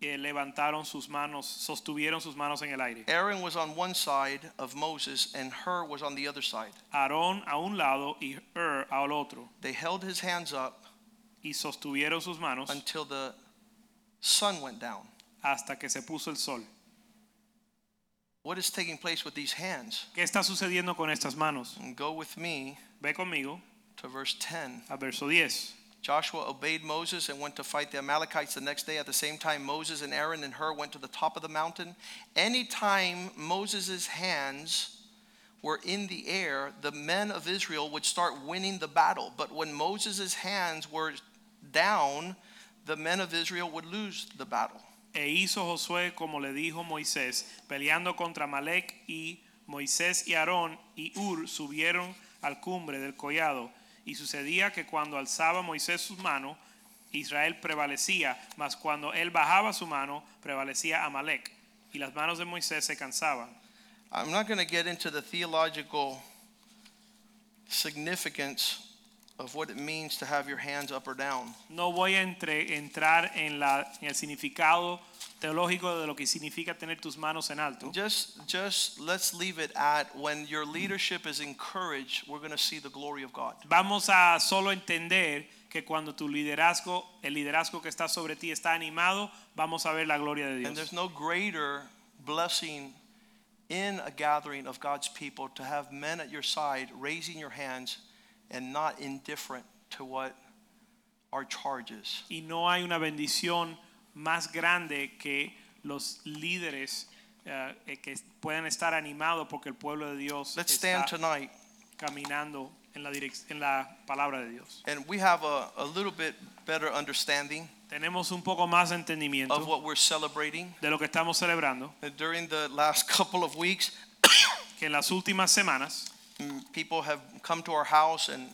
B: eh, levantaron sus manos, sostuvieron sus manos en el aire.
A: Aaron was on one side of Moses, and Hur was on the other side.
B: Aarón a un lado y Ur al otro,
A: They held his hands up
B: y sostuvieron sus manos
A: until the sun went down.
B: hasta que se puso el sol.
A: What is taking place with these hands?
B: ¿Qué está sucediendo con estas manos?
A: And go with me
B: Ve conmigo
A: to verse 10.
B: a verso 10.
A: Joshua obeyed Moses and went to fight the Amalekites the next day. At the same time, Moses and Aaron and Hur went to the top of the mountain. Anytime Moses' hands were in the air, the men of Israel would start winning the battle. But when Moses' hands were down, the men of Israel would lose the battle.
B: E hizo Josué como le dijo Moisés, peleando contra Malek y Moisés y Aarón y Ur subieron al cumbre del collado. Y sucedía que cuando alzaba Moisés sus manos, Israel prevalecía, mas cuando él bajaba su mano, prevalecía Amalek. Y las manos de Moisés se cansaban.
A: I'm not going to get into the theological significance of what it means to have your hands up or down.
B: No voy a entre- entrar en, la- en el significado teológico de lo que significa tener tus manos en alto.
A: Just, just let's leave it at when your leadership is encouraged, we're going to see the glory of God.
B: Vamos a solo entender que cuando tu liderazgo, el liderazgo que está sobre ti está animado, vamos a ver la gloria de
A: And there's
B: Dios.
A: no greater blessing in a gathering of God's people to have men at your side raising your hands and not indifferent to what our charge is.
B: Y no hay una bendición más grande que los líderes eh, eh, que puedan estar animados porque el pueblo de Dios
A: Let's
B: está
A: stand tonight,
B: caminando en la, direc- en la palabra de Dios.
A: and we have a, a little bit better understanding
B: Tenemos un poco más de
A: of
B: entendimiento
A: what we're celebrating.
B: de lo que estamos celebrando,
A: During the last [LAUGHS] couple of weeks,
B: que en las últimas semanas
A: mm, people have come to our house and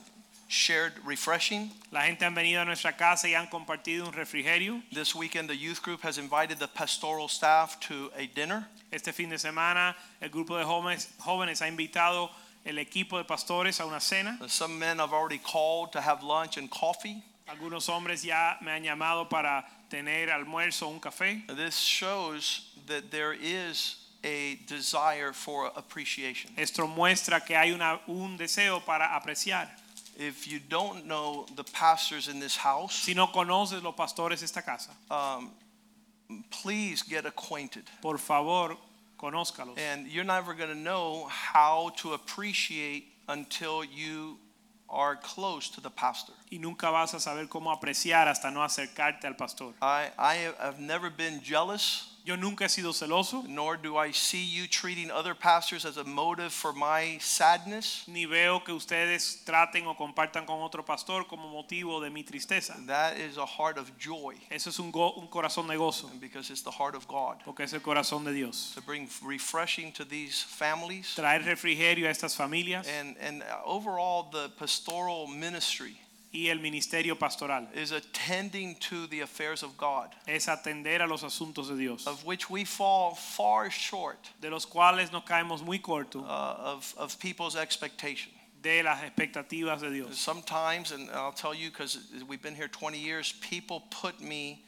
A: shared refreshing.
B: la gente han venido a nuestra casa y han compartido un refrigerio.
A: This weekend, the youth group has invited the pastoral staff to a dinner.
B: Este fin de semana el grupo de jóvenes, jóvenes ha invitado el equipo de pastores a una cena.
A: Uh, Some men have already called to have lunch and coffee.
B: Algunos hombres ya me han llamado para tener almuerzo o un café.
A: This shows that there is a desire for appreciation.
B: Esto muestra que hay una- un deseo para apreciar.
A: If you don't know the pastors in this house,
B: Si no conoces los pastores de esta casa,
A: um, please get acquainted.
B: por favor, conózcalos.
A: And you're never going to know how to appreciate until you are close to the pastor.
B: Y nunca vas a saber cómo apreciar hasta no acercarte al pastor.
A: I, I have never been jealous,
B: Yo nunca he sido celoso,
A: nor do I see you treating other pastors as a motive for my sadness.
B: ni veo que ustedes traten o compartan con otro pastor como motivo de mi tristeza.
A: That is a heart of joy
B: Eso es un, go- un corazón de gozo,
A: because it's the heart of God.
B: porque es el corazón de Dios.
A: To bring refreshing to these families
B: Traer refrigerio a estas familias
A: and, and overall, the pastoral ministry
B: y el ministerio pastoral.
A: is attending to the affairs of God,
B: es atender a los asuntos de Dios,
A: of which we fall far short.
B: de los cuales nos caemos muy corto
A: uh, of, of people's expectation.
B: de las expectativas de Dios.
A: Sometimes, and I'll tell you because we've been here 20 years, people put me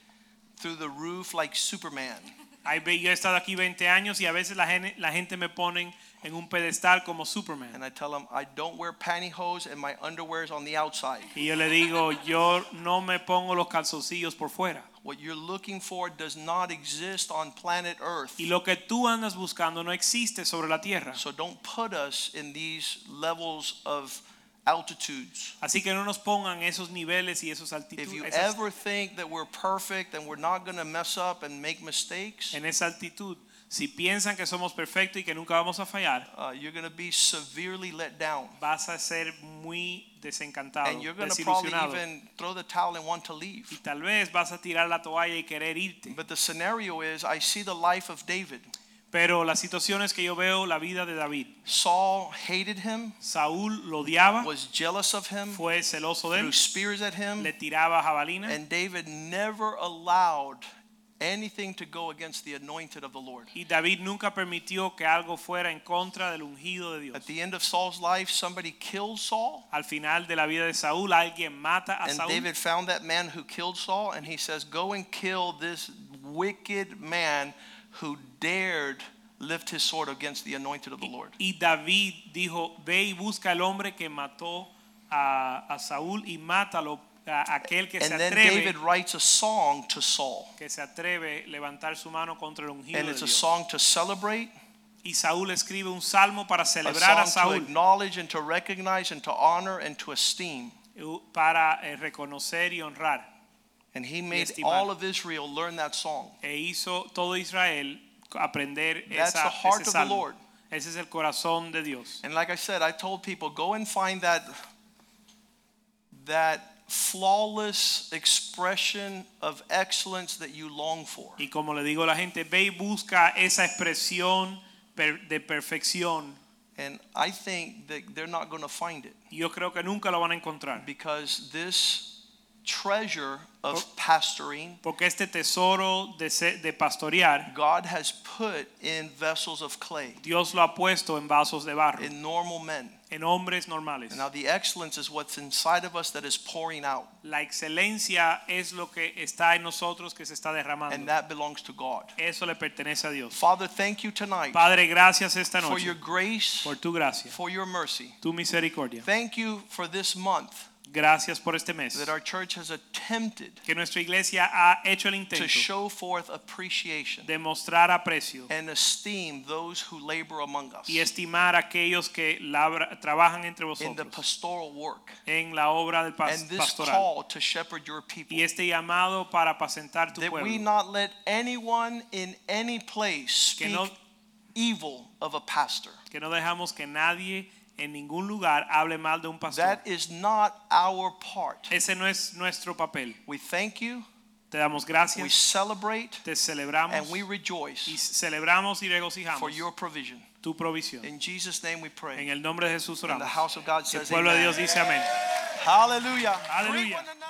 A: through the roof like Superman.
B: Hay ve- Yo he estado aquí 20 años y a veces la gente, la gente me ponen en un pedestal como Superman.
A: And I tell them, I don't wear pantyhose and my underwear is on the outside.
B: Y yo le digo, yo no me pongo los calzoncillos por fuera.
A: What you're looking for does not exist on planet Earth.
B: Y lo que tú andas buscando no existe sobre la tierra.
A: So don't put us in these levels of altitudes.
B: Así que no nos pongan esos niveles y esos
A: If you
B: altitudes.
A: ever think that we're perfect and we're not going to mess up and make mistakes,
B: en esa altitud, si piensan que somos perfectos y que nunca vamos a fallar,
A: uh, you're going to be severely let down.
B: vas a ser muy desencantado,
A: And you're going to probably
B: desilusionado.
A: even throw the towel and want to
B: Y
A: leave.
B: tal vez vas a tirar la toalla y querer irte.
A: But the scenario is I see the life of David.
B: Pero la situación es que yo veo la vida de David.
A: Saul hated him,
B: Saúl lo odiaba,
A: was jealous of him,
B: fue celoso de
A: threw
B: él,
A: spears at him,
B: le tiraba jabalina.
A: and David never allowed anything to go against the anointed of the Lord.
B: Y David nunca permitió que algo fuera en contra del ungido de Dios.
A: At the end of Saul's life, somebody killed Saul,
B: Al final de la vida de Saúl, alguien mata a
A: and
B: Saúl.
A: David found that man who killed Saul, and he says, Go and kill this wicked man who dared lift his sword against the anointed of the Lord.
B: Y David dijo, ve y busca al hombre que mató a, a Saúl y mátalo, a aquel que se
A: And then
B: atreve,
A: David writes a song to Saul.
B: que se atreve a levantar su mano contra el ungido
A: And
B: de
A: it's a
B: Dios.
A: song to celebrate,
B: Y Saúl escribe un salmo para
A: a
B: celebrar
A: song
B: a
A: to
B: Saúl.
A: acknowledge and to recognize and to honor and to esteem.
B: para eh, reconocer y honrar.
A: And he made
B: estimar.
A: all of Israel learn that song.
B: E hizo todo Israel aprender
A: That's
B: esa,
A: the heart
B: ese
A: of the
B: salmo.
A: Lord.
B: Ese es el corazón de Dios.
A: And like I said, I told people go and find that that flawless expression of excellence that you long for.
B: Y como le digo a la gente, ve y busca esa expresión per- de perfección.
A: And I think that they're not going to find it
B: Y Yo creo que nunca lo van a encontrar.
A: because this treasure of pastoring
B: Porque este tesoro de, se- de pastorear,
A: God has put in vessels of clay,
B: Dios lo ha puesto en vasos de barro,
A: in normal men.
B: en hombres normales.
A: Now, the excellence is what's inside of us that is pouring out,
B: La excelencia es lo que está en nosotros que se está
A: and
B: derramando.
A: that belongs to God.
B: Eso le pertenece a Dios.
A: Father, thank you tonight
B: Padre, gracias esta
A: for your
B: noche
A: grace,
B: por tu gracia,
A: for your mercy.
B: tu misericordia.
A: Thank you for this month.
B: Gracias por este mes.
A: that our church has attempted
B: Que nuestra iglesia ha hecho el
A: to
B: intento
A: show forth appreciation
B: de mostrar aprecio
A: and esteem those who labor among us
B: y estimar a aquellos que labra- trabajan entre
A: in the
B: vosotros
A: pastoral work.
B: en la obra del pas-
A: And this
B: pastoral
A: call to shepherd your people.
B: y este llamado para apacentar tu
A: That we
B: pueblo.
A: not let anyone in any place
B: Que
A: speak
B: no,
A: evil of a pastor.
B: que no dejamos que nadie en ningún lugar hable mal de un pastor.
A: That is not our part.
B: Ese no es nuestro papel.
A: We thank you,
B: Te damos
A: we
B: gracias,
A: celebrate,
B: te
A: and
B: celebramos
A: we
B: y
A: rejoice
B: celebramos y
A: for
B: regocijamos
A: your provision.
B: tu provisión.
A: In Jesus' name we
B: En
A: pray.
B: el nombre de Jesús
A: And the
B: oramos.
A: house of God
B: El
A: says,
B: pueblo de
A: amen.
B: Dios dice amén.
A: Hallelujah.
B: Hallelujah.
A: Greet one another.